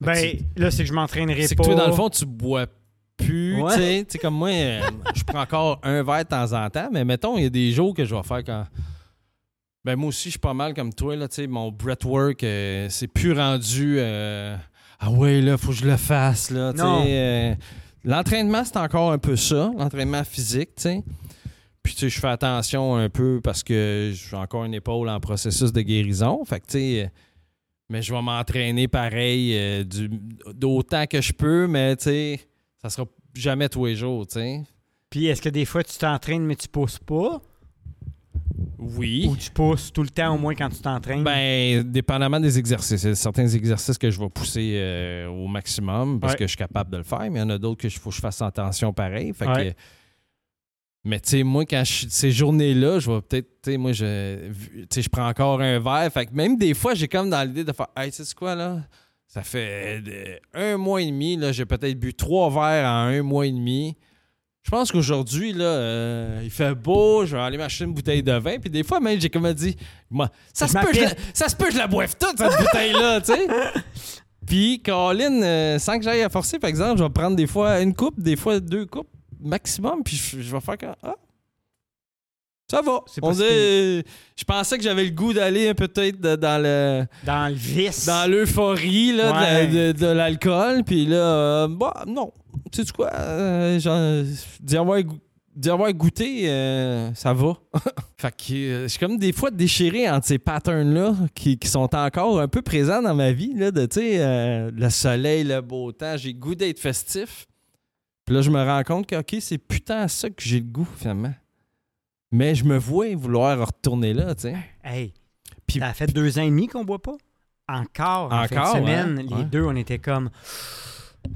S2: Ben, là, c'est que je m'entraînerai pas.
S1: C'est que toi, dans le fond, tu bois plus.
S2: Ouais.
S1: tu sais. Tu sais, comme moi, euh, je prends encore un verre de temps en temps, mais mettons, il y a des jours que je vais faire quand. Ben, moi aussi, je suis pas mal comme toi. Là, tu sais, mon breathwork, euh, c'est plus rendu. euh, ah ouais, là, faut que je le fasse. Là, tu sais,
S2: Non.
S1: euh, L'entraînement, c'est encore un peu ça, l'entraînement physique, tu sais. Puis, tu sais, je fais attention un peu parce que j'ai encore une épaule en processus de guérison. Fait que, tu sais, euh, mais je vais m'entraîner pareil euh, du- d'autant que je peux, mais, tu sais, ça sera jamais tous les jours, tu sais.
S2: Puis est-ce que des fois, tu t'entraînes, mais tu pousses pas?
S1: Oui.
S2: Ou tu pousses tout le temps, au moins, quand tu t'entraînes?
S1: Ben, dépendamment des exercices. Il y a certains exercices que je vais pousser euh, au maximum parce
S2: Ouais.
S1: que je suis capable de le faire, mais il y en a d'autres que je faut que je fasse attention pareil. Fait que-
S2: Ouais.
S1: mais tu sais, moi, quand je suis ces journées-là, je vais peut-être, tu sais, moi, je, tu sais, je prends encore un verre. Fait que même des fois, j'ai comme dans l'idée de faire, hey, tu sais quoi, là? Ça fait euh, un mois et demi, là, j'ai peut-être bu trois verres en un mois et demi. Je pense qu'aujourd'hui, là, euh, il fait beau, je vais aller m'acheter une bouteille de vin. Puis des fois, même, j'ai comme dit, moi, ça,
S2: Je
S1: se peut, que je la-
S2: m'appelle.
S1: ça se peut que je la boive toute, cette bouteille-là, tu sais. Puis, Colin, euh, sans que j'aille à forcer, par exemple, je vais prendre des fois une coupe, des fois deux coupes maximum, puis je, je vais faire comme, ah, ça va.
S2: C'est pas
S1: On
S2: si
S1: dit,
S2: pire.
S1: euh, je pensais que j'avais le goût d'aller euh, peut-être de- dans le
S2: Dans le vice.
S1: dans l'euphorie là, de la-
S2: Ouais.
S1: de, de l'alcool. Puis là, euh, bah, non. Tu sais quoi? euh, genre, d'y avoir, go- d'y avoir goûté, euh, ça va. fait que euh, je suis comme des fois déchiré entre ces patterns-là qui, qui sont encore un peu présents dans ma vie. Là, de, tu sais, euh, le soleil, le beau temps, j'ai le goût d'être festif. Puis là, je me rends compte que, OK, c'est putain ça que j'ai le goût, finalement. Mais je me vois vouloir retourner là, tu sais.
S2: Hey,
S1: Puis-
S2: ça fait deux ans et demi qu'on boit pas. Encore, en fin de
S1: Encore,
S2: semaine,
S1: hein?
S2: les
S1: Ouais.
S2: deux, on était comme...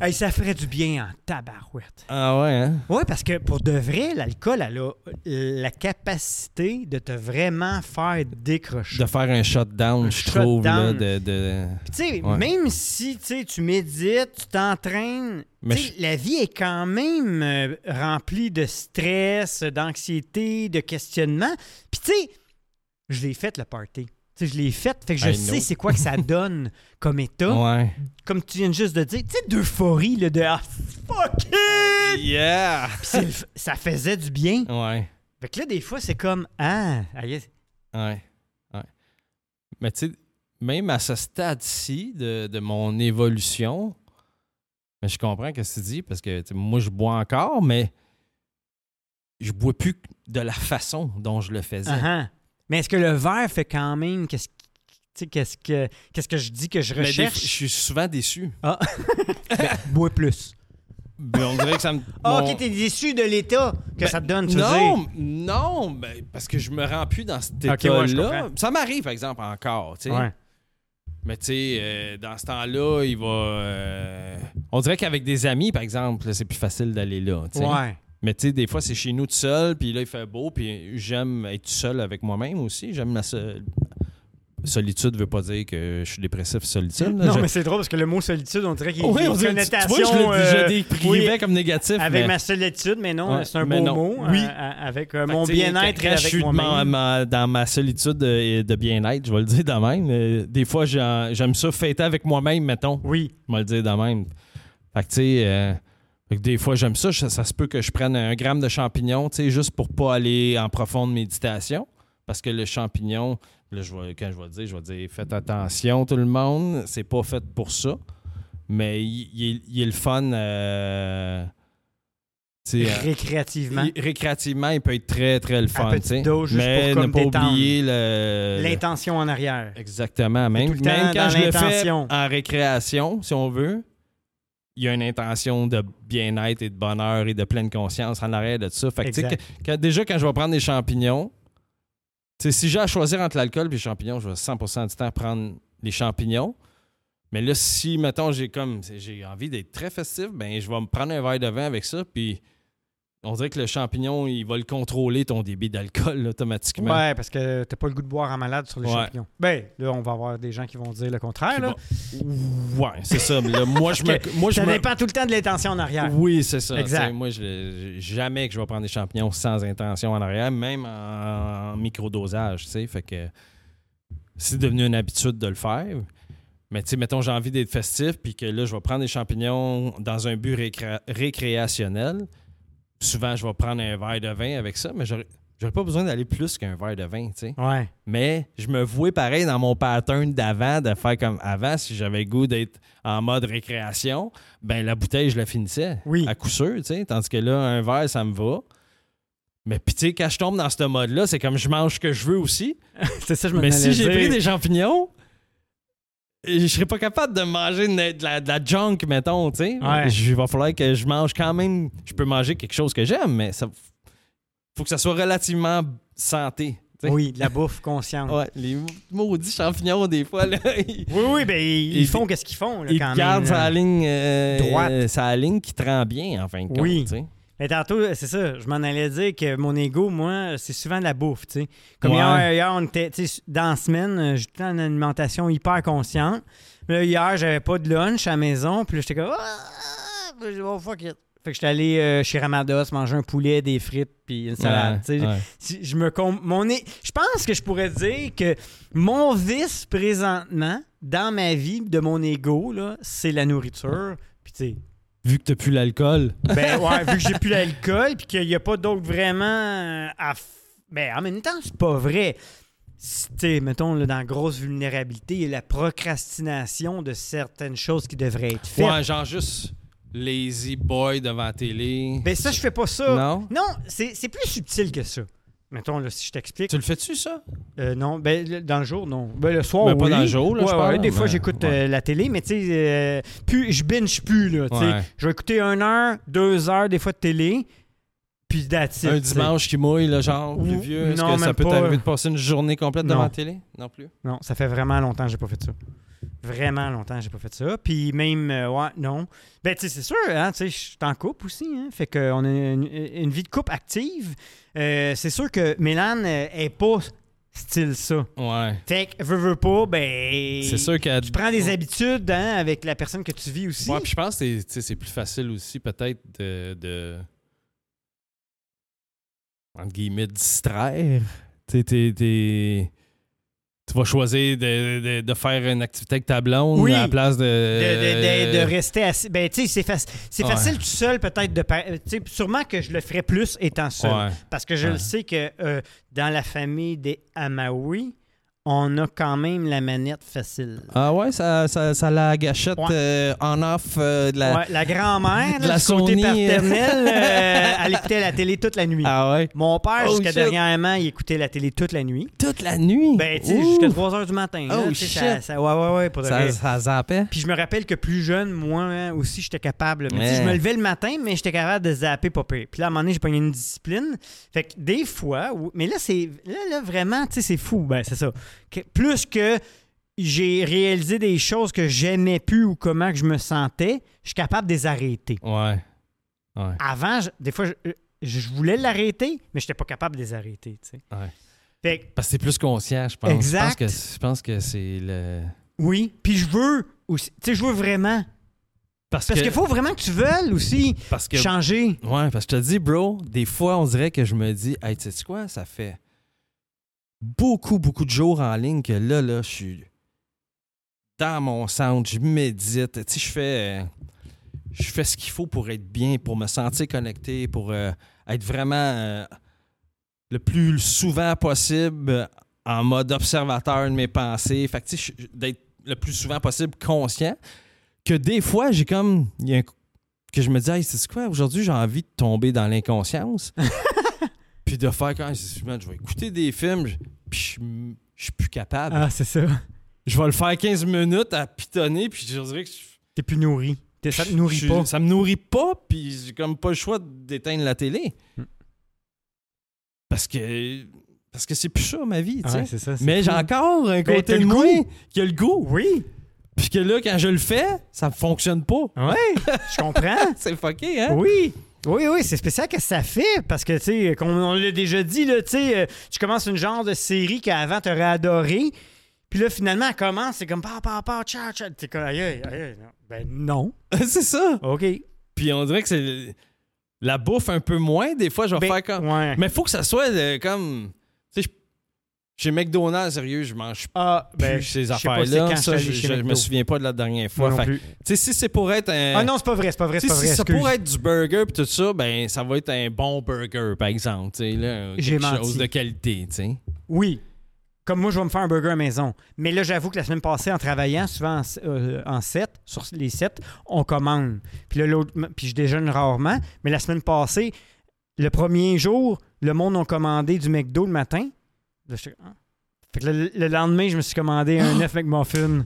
S2: Hey, ça ferait du bien en tabarouette.
S1: Ah ouais, hein?
S2: Oui, parce que pour de vrai, l'alcool, elle a la capacité de te vraiment faire décrocher.
S1: de faire un shutdown,
S2: Un
S1: je trouve. Là,
S2: shutdown.
S1: de, de-
S2: Puis Tu sais,
S1: Ouais.
S2: même si tu sais, tu médites, tu t'entraînes,
S1: Mais
S2: tu sais, la vie est quand même euh, remplie de stress, d'anxiété, de questionnement. Puis tu sais, je l'ai faite, le party. Tu sais, je l'ai faite, fait que je
S1: I know.
S2: sais c'est quoi que ça donne comme état.
S1: Ouais.
S2: Comme tu viens juste de dire, tu sais, d'euphorie, là, de ah, fuck it!
S1: Yeah!
S2: Puis c'est le f- ça faisait du bien.
S1: Ouais.
S2: Fait que là, des fois, c'est comme Ah, ah, yes.
S1: Ouais. ouais. Mais tu sais, même à ce stade-ci de, de mon évolution, mais je comprends ce que tu dis parce que tu sais, moi, je bois encore, mais je bois plus de la façon dont je le faisais.
S2: Ah-ah. uh-huh. Mais est-ce que le verre fait quand même qu'est-ce qui- tu sais, qu'est-ce que qu'est-ce que je dis que je
S1: Mais des- je
S2: recherche
S1: suis souvent déçu.
S2: Bois plus. Ben,
S1: Mais on dirait que ça me.
S2: Ah,
S1: mon-
S2: ok, t'es déçu de l'état que
S1: Ben,
S2: ça te donne, tu veux dire.
S1: Non, non, ben, parce que je me rends plus dans cet état-là.
S2: Ok, ouais, je comprends.
S1: ça m'arrive, par exemple, encore. tu sais.
S2: Ouais.
S1: Mais tu sais, euh, dans ce temps-là, il va. euh, On dirait qu'avec des amis, par exemple, là, c'est plus facile d'aller là. tu sais.
S2: Ouais.
S1: Mais tu sais, des fois, c'est chez nous tout seul, puis là, il fait beau, puis j'aime être tout seul avec moi-même aussi. J'aime ma seule- solitude veut pas dire que je suis dépressif solitude. là.
S2: Non,
S1: Je-
S2: mais c'est drôle parce que le mot solitude, on dirait qu'il y a
S1: Oui,
S2: une
S1: on dirait- tu- tu vois,
S2: connotation.
S1: je l'ai déjà
S2: euh,
S1: décrivait
S2: oui,
S1: comme négatif.
S2: avec
S1: mais-
S2: ma solitude, mais non,
S1: Ouais,
S2: c'est un
S1: mais
S2: beau
S1: non.
S2: mot.
S1: Oui.
S2: euh, à- avec euh,
S1: Fait que,
S2: mon
S1: tu sais,
S2: bien-être et
S1: quand je
S2: avec
S1: suis de ma-
S2: moi-même.
S1: ma- dans ma solitude euh, et de bien-être, je vais le dire de même. Euh, Des fois, j'en- j'aime ça fêter avec moi-même, mettons.
S2: Oui.
S1: Je vais le dire de même. Fait que, tu sais, euh, fait que des fois, j'aime ça. Je- Ça se peut que je prenne un gramme de champignon, tu sais, juste pour pas aller en profonde méditation. Parce que le champignon, là, je vais- quand je vais le dire, je vais dire faites attention, tout le monde. C'est pas fait pour ça. Mais il, il est- il est le fun. euh, tu sais, euh,
S2: Récréativement.
S1: il- récréativement, il peut être très, très le fun.
S2: petite
S1: tu sais.
S2: dose, juste
S1: mais
S2: pour
S1: ne
S2: comme
S1: pas
S2: détendre.
S1: oublier le.
S2: L'intention en arrière.
S1: Exactement. Même,
S2: tout le temps
S1: même quand
S2: dans
S1: je le fais
S2: l'intention.
S1: en récréation, si on veut, il y a une intention de bien-être et de bonheur et de pleine conscience en arrière de ça. Fait que, tu sais,
S2: Exact.
S1: que- que- déjà, quand je vais prendre des champignons, tu sais, si j'ai à choisir entre l'alcool et les champignons, je vais 100 du temps prendre les champignons. Mais là, si, mettons, j'ai comme j'ai envie d'être très festif, ben je vais me prendre un verre de vin avec ça, puis on dirait que le champignon, il va le contrôler, ton débit d'alcool, là, automatiquement.
S2: Ouais, parce que t'as pas le goût de boire en malade sur les
S1: Ouais.
S2: champignons. Ben, là, on va avoir des gens qui vont dire le contraire.
S1: Qui
S2: Là.
S1: va- Ouais, c'est ça. mais là, moi, je me... Moi, je
S2: Ça
S1: me-
S2: dépend tout le temps de l'intention en arrière.
S1: Oui, c'est ça.
S2: Exact.
S1: Tu sais, Moi, je, le- jamais que je vais prendre des champignons sans intention en arrière, même en, en microdosage, tu sais. Fait que c'est devenu une habitude de le faire. Mais tu sais, mettons, j'ai envie d'être festif, puis que là, je vais prendre des champignons dans un but récré- récréationnel. Souvent, je vais prendre un verre de vin avec ça, mais j'aurais j'aurais pas besoin d'aller plus qu'un verre de vin, tu sais.
S2: Ouais.
S1: Mais je me vouais pareil dans mon pattern d'avant, de faire comme avant. Si j'avais le goût d'être en mode récréation, ben la bouteille, je la finissais.
S2: Oui.
S1: À coup sûr, tu sais. Tandis que là, un verre, ça me va. Mais puis, tu sais, quand je tombe dans ce mode-là, c'est comme je mange ce que je veux aussi.
S2: C'est ça, je me
S1: Mais
S2: demandais
S1: si j'ai
S2: dire.
S1: pris des champignons, je serais pas capable de manger de, de la, de la junk, mettons, tu sais.
S2: Ouais.
S1: Je- Il va falloir que je mange quand même. Je peux manger quelque chose que j'aime, mais ça faut que ça soit relativement santé. tu sais.
S2: Oui, de la bouffe consciente.
S1: Ouais, les maudits champignons, des fois, là, ils,
S2: Oui, oui, ben, ils,
S1: Et-
S2: ils font qu'est-ce qu'ils font, là,
S1: ils
S2: quand
S1: gardent
S2: même.
S1: sa
S2: là.
S1: ligne, euh,
S2: Droite.
S1: euh, sa ligne qui te rend bien, en fin de compte.
S2: Oui.
S1: tu sais.
S2: Mais tantôt, euh, c'est ça, je m'en allais dire que mon ego, moi, c'est souvent de la bouffe, tu sais. Comme
S1: Ouais.
S2: hier, hier, on était, tu sais, dans la semaine, euh, j'étais en alimentation hyper consciente. Là, hier, j'avais pas de lunch à la maison, puis là, j'étais comme... Ah, Puis j'ai dit, oh, fuck it. Fait que j'étais allé euh, chez Ramados manger un poulet, des frites, puis une salade,
S1: Ouais,
S2: tu sais.
S1: ouais.
S2: Si je me com- mon é- je pense que je pourrais dire que mon vice présentement dans ma vie de mon ego là, c'est la nourriture. Puis tu sais,
S1: Vu que t'as plus l'alcool.
S2: ben ouais, vu que j'ai plus l'alcool puis qu'il n'y a pas d'autre vraiment euh, à f- ben en même temps, c'est pas vrai. Si, Tu sais, mettons là, dans grosse vulnérabilité, il y a la procrastination de certaines choses qui devraient être faites.
S1: Ouais, genre juste lazy boy devant la télé.
S2: Ben ça je fais pas ça.
S1: non?
S2: c'est c'est plus subtil que ça. Mettons là, si je t'explique
S1: Tu le fais-tu, ça?
S2: Euh, non, ben, le- dans le jour, non. Ben, le soir,
S1: Mais pas
S2: oui.
S1: dans le jour, là,
S2: Ouais,
S1: je parle,
S2: ouais, des fois,
S1: mais-
S2: j'écoute euh, la télé, mais tu sais, euh, plus- je binge plus, là. tu sais.
S1: Ouais.
S2: Je vais écouter une heure, deux heures, des fois, de télé, puis that's it,
S1: Un
S2: tu sais.
S1: dimanche qui mouille, là, genre
S2: Ou-
S1: pluvieux. Est-ce
S2: non,
S1: que ça
S2: même
S1: peut
S2: pas.
S1: t'arriver de passer une journée complète devant
S2: Non.
S1: la télé? Non plus.
S2: Non, ça fait vraiment longtemps que j'ai pas fait ça. Vraiment longtemps que j'ai pas fait ça. Puis même, euh, ouais, non. Ben, tu sais, c'est sûr, hein, tu sais, je suis en couple aussi, hein, fait qu'on a une, une vie de couple active. Euh, c'est sûr que Mélane euh, est pas style ça.
S1: Ouais.
S2: Fait que, veux, veux pas, ben...
S1: C'est sûr qu'à
S2: Tu prends des habitudes hein, avec la personne que tu vis aussi.
S1: Ouais, puis je pense que c'est- tu sais, c'est plus facile aussi, peut-être, de, de. entre guillemets, distraire. Tu sais, t'es- t'es- Tu vas choisir de, de- de faire une activité avec ta blonde
S2: Oui.
S1: à la place de.
S2: de, de- de- de rester assis. Ben, tu sais, c'est faci- c'est
S1: euh, Ouais.
S2: facile tout seul, peut-être, de. par- tu sais, Sûrement que je le ferais plus étant seul.
S1: Ouais.
S2: Parce que je
S1: Ouais.
S2: le sais que euh, dans la famille des Amaoui, on a quand même la manette facile.
S1: Ah ouais, ça, ça, ça la gâchette
S2: Ouais.
S1: euh, en off euh, de la.
S2: Ouais, la grand-mère,
S1: de
S2: là,
S1: la
S2: du côté
S1: Sony, euh.
S2: paternel, euh, elle écoutait la télé toute la nuit.
S1: Ah ouais.
S2: Mon père,
S1: Oh,
S2: jusqu'à
S1: shit.
S2: dernièrement, il écoutait la télé toute la nuit.
S1: Toute la nuit.
S2: Ben, tu sais,
S1: Ouh.
S2: jusqu'à 3 h du matin. là,
S1: Oh,
S2: tu sais, ça,
S1: shit.
S2: ça- ouais, ouais, ouais, pour de vrai.
S1: Ça, ça zappait.
S2: Puis je me rappelle que plus jeune, moi hein, aussi, j'étais capable. Mais tu sais,
S1: Ouais.
S2: je me levais le matin, mais j'étais capable de zapper, pas pire. Puis là, à un moment donné, j'ai pogné une discipline. Fait que des fois, ou- mais là, c'est là, là, vraiment, tu sais, c'est fou. Ben, c'est ça. Que- plus que j'ai réalisé des choses que j'aimais plus ou comment que je me sentais, je suis capable de les arrêter.
S1: Ouais. Ouais.
S2: euh, Avant, je- des fois, je, je voulais l'arrêter, mais j'étais pas capable de les arrêter, tu sais.
S1: Ouais.
S2: Fait que-
S1: Parce que c'est plus conscient, je pense.
S2: Exact.
S1: Je pense que, je pense que c'est le.
S2: oui, puis je veux aussi, tu sais, je veux vraiment. Parce qu'il faut vraiment que tu veuilles aussi
S1: Parce que.
S2: changer.
S1: Ouais, parce que je te dis, bro, des fois, on dirait que je me dis, hey, tu sais quoi, ça fait beaucoup, beaucoup de jours en ligne que là, là, je suis dans mon centre, je médite, tu sais, je fais, euh, je fais ce qu'il faut pour être bien, pour me sentir connecté, pour euh, être vraiment euh, le plus souvent possible euh, en mode observateur de mes pensées. Fait que, tu sais, je- d'être le plus souvent possible conscient que des fois, j'ai comme. il y a un que je me dis, hey, c'est quoi, aujourd'hui, j'ai envie de tomber dans l'inconscience. puis de faire quand Man, je vais écouter des films, je- puis je m- je suis plus capable.
S2: Ah, c'est ça.
S1: Je vais le faire 15 minutes à pitonner, puis je dirais que je-
S2: T'es plus nourri. T'es- Ça te
S1: je
S2: nourrit
S1: suis-
S2: pas.
S1: Ça me nourrit pas, puis j'ai comme pas le choix d'éteindre la télé.
S2: Hmm.
S1: Parce que parce que c'est plus ça ma vie, tu
S2: Ah
S1: sais.
S2: ouais, c'est ça. c'est
S1: Mais
S2: fou.
S1: j'ai encore un
S2: Ben,
S1: côté
S2: t'as
S1: de
S2: le
S1: moi
S2: goût.
S1: qui a le goût.
S2: Oui,
S1: Puis que là, quand je le fais, ça fonctionne pas.
S2: je comprends.
S1: C'est fucké, hein?
S2: Oui. Oui, oui, c'est spécial que ça fait parce que, tu sais, comme on l'a déjà dit, là, tu sais, euh, tu commences une genre de série qu'avant t'aurais adoré, puis là, finalement, elle commence, c'est comme pa, pa, pa, tcha, tcha. T'es comme, aïe, aïe, aïe, non. Ben non.
S1: c'est ça.
S2: OK.
S1: Puis on dirait que c'est la bouffe un peu moins. Des fois, je vais
S2: Ben,
S1: faire comme.
S2: Ouais.
S1: Mais faut que ça soit euh, comme. Tu sais, je- chez McDonald's, sérieux, je mange
S2: Ah,
S1: plus
S2: ben, je
S1: ces
S2: sais pas
S1: affaires-là.
S2: c'est quand
S1: Ça,
S2: je suis
S1: je,
S2: allé chez
S1: je me
S2: McDo.
S1: souviens pas de la dernière fois.
S2: Moi non
S1: Fait que,
S2: plus.
S1: tu sais, si c'est pour être un.
S2: Ah non, c'est pas vrai, c'est pas vrai,
S1: tu
S2: c'est
S1: sais, si
S2: pas vrai.
S1: ça
S2: excuse.
S1: pourrait être du burger puis tout ça, ben ça va être un bon burger, par exemple. Tu sais, là, quelque
S2: J'ai menti.
S1: chose de qualité, tu sais.
S2: Oui. Comme moi, je vais me faire un burger à maison. Mais là, j'avoue que la semaine passée, en travaillant, souvent en, euh, en 7, sur les 7, on commande. Puis là, l'autre, puis je déjeune rarement. Mais la semaine passée, le premier jour, le monde a commandé du McDo le matin. Là, j'étais comme, Ah. Fait que le, le lendemain, je me suis commandé un 9 McMuffin.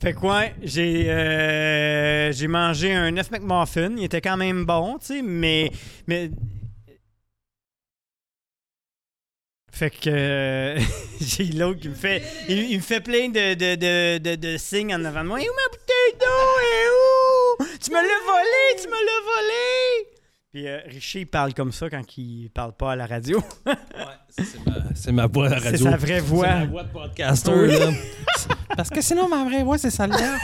S2: Fait que ouais, j'ai, euh, j'ai mangé un 9 McMuffin. Il était quand même bon, tu sais, mais, mais... Fait que euh, j'ai l'autre qui me fait... Il, il me fait plein de, de, de, de, de signes en avant de moi. « Et où ma bouteille d'eau? Et où? Tu me l'as volé! Tu me l'as volé! » Puis euh, Richer, il parle comme ça quand il parle pas à la radio.
S1: C'est ma voix à la
S2: C'est
S1: radio.
S2: sa vraie voix.
S1: ma voix de podcaster, là. Parce que sinon, ma vraie voix, c'est celle-là.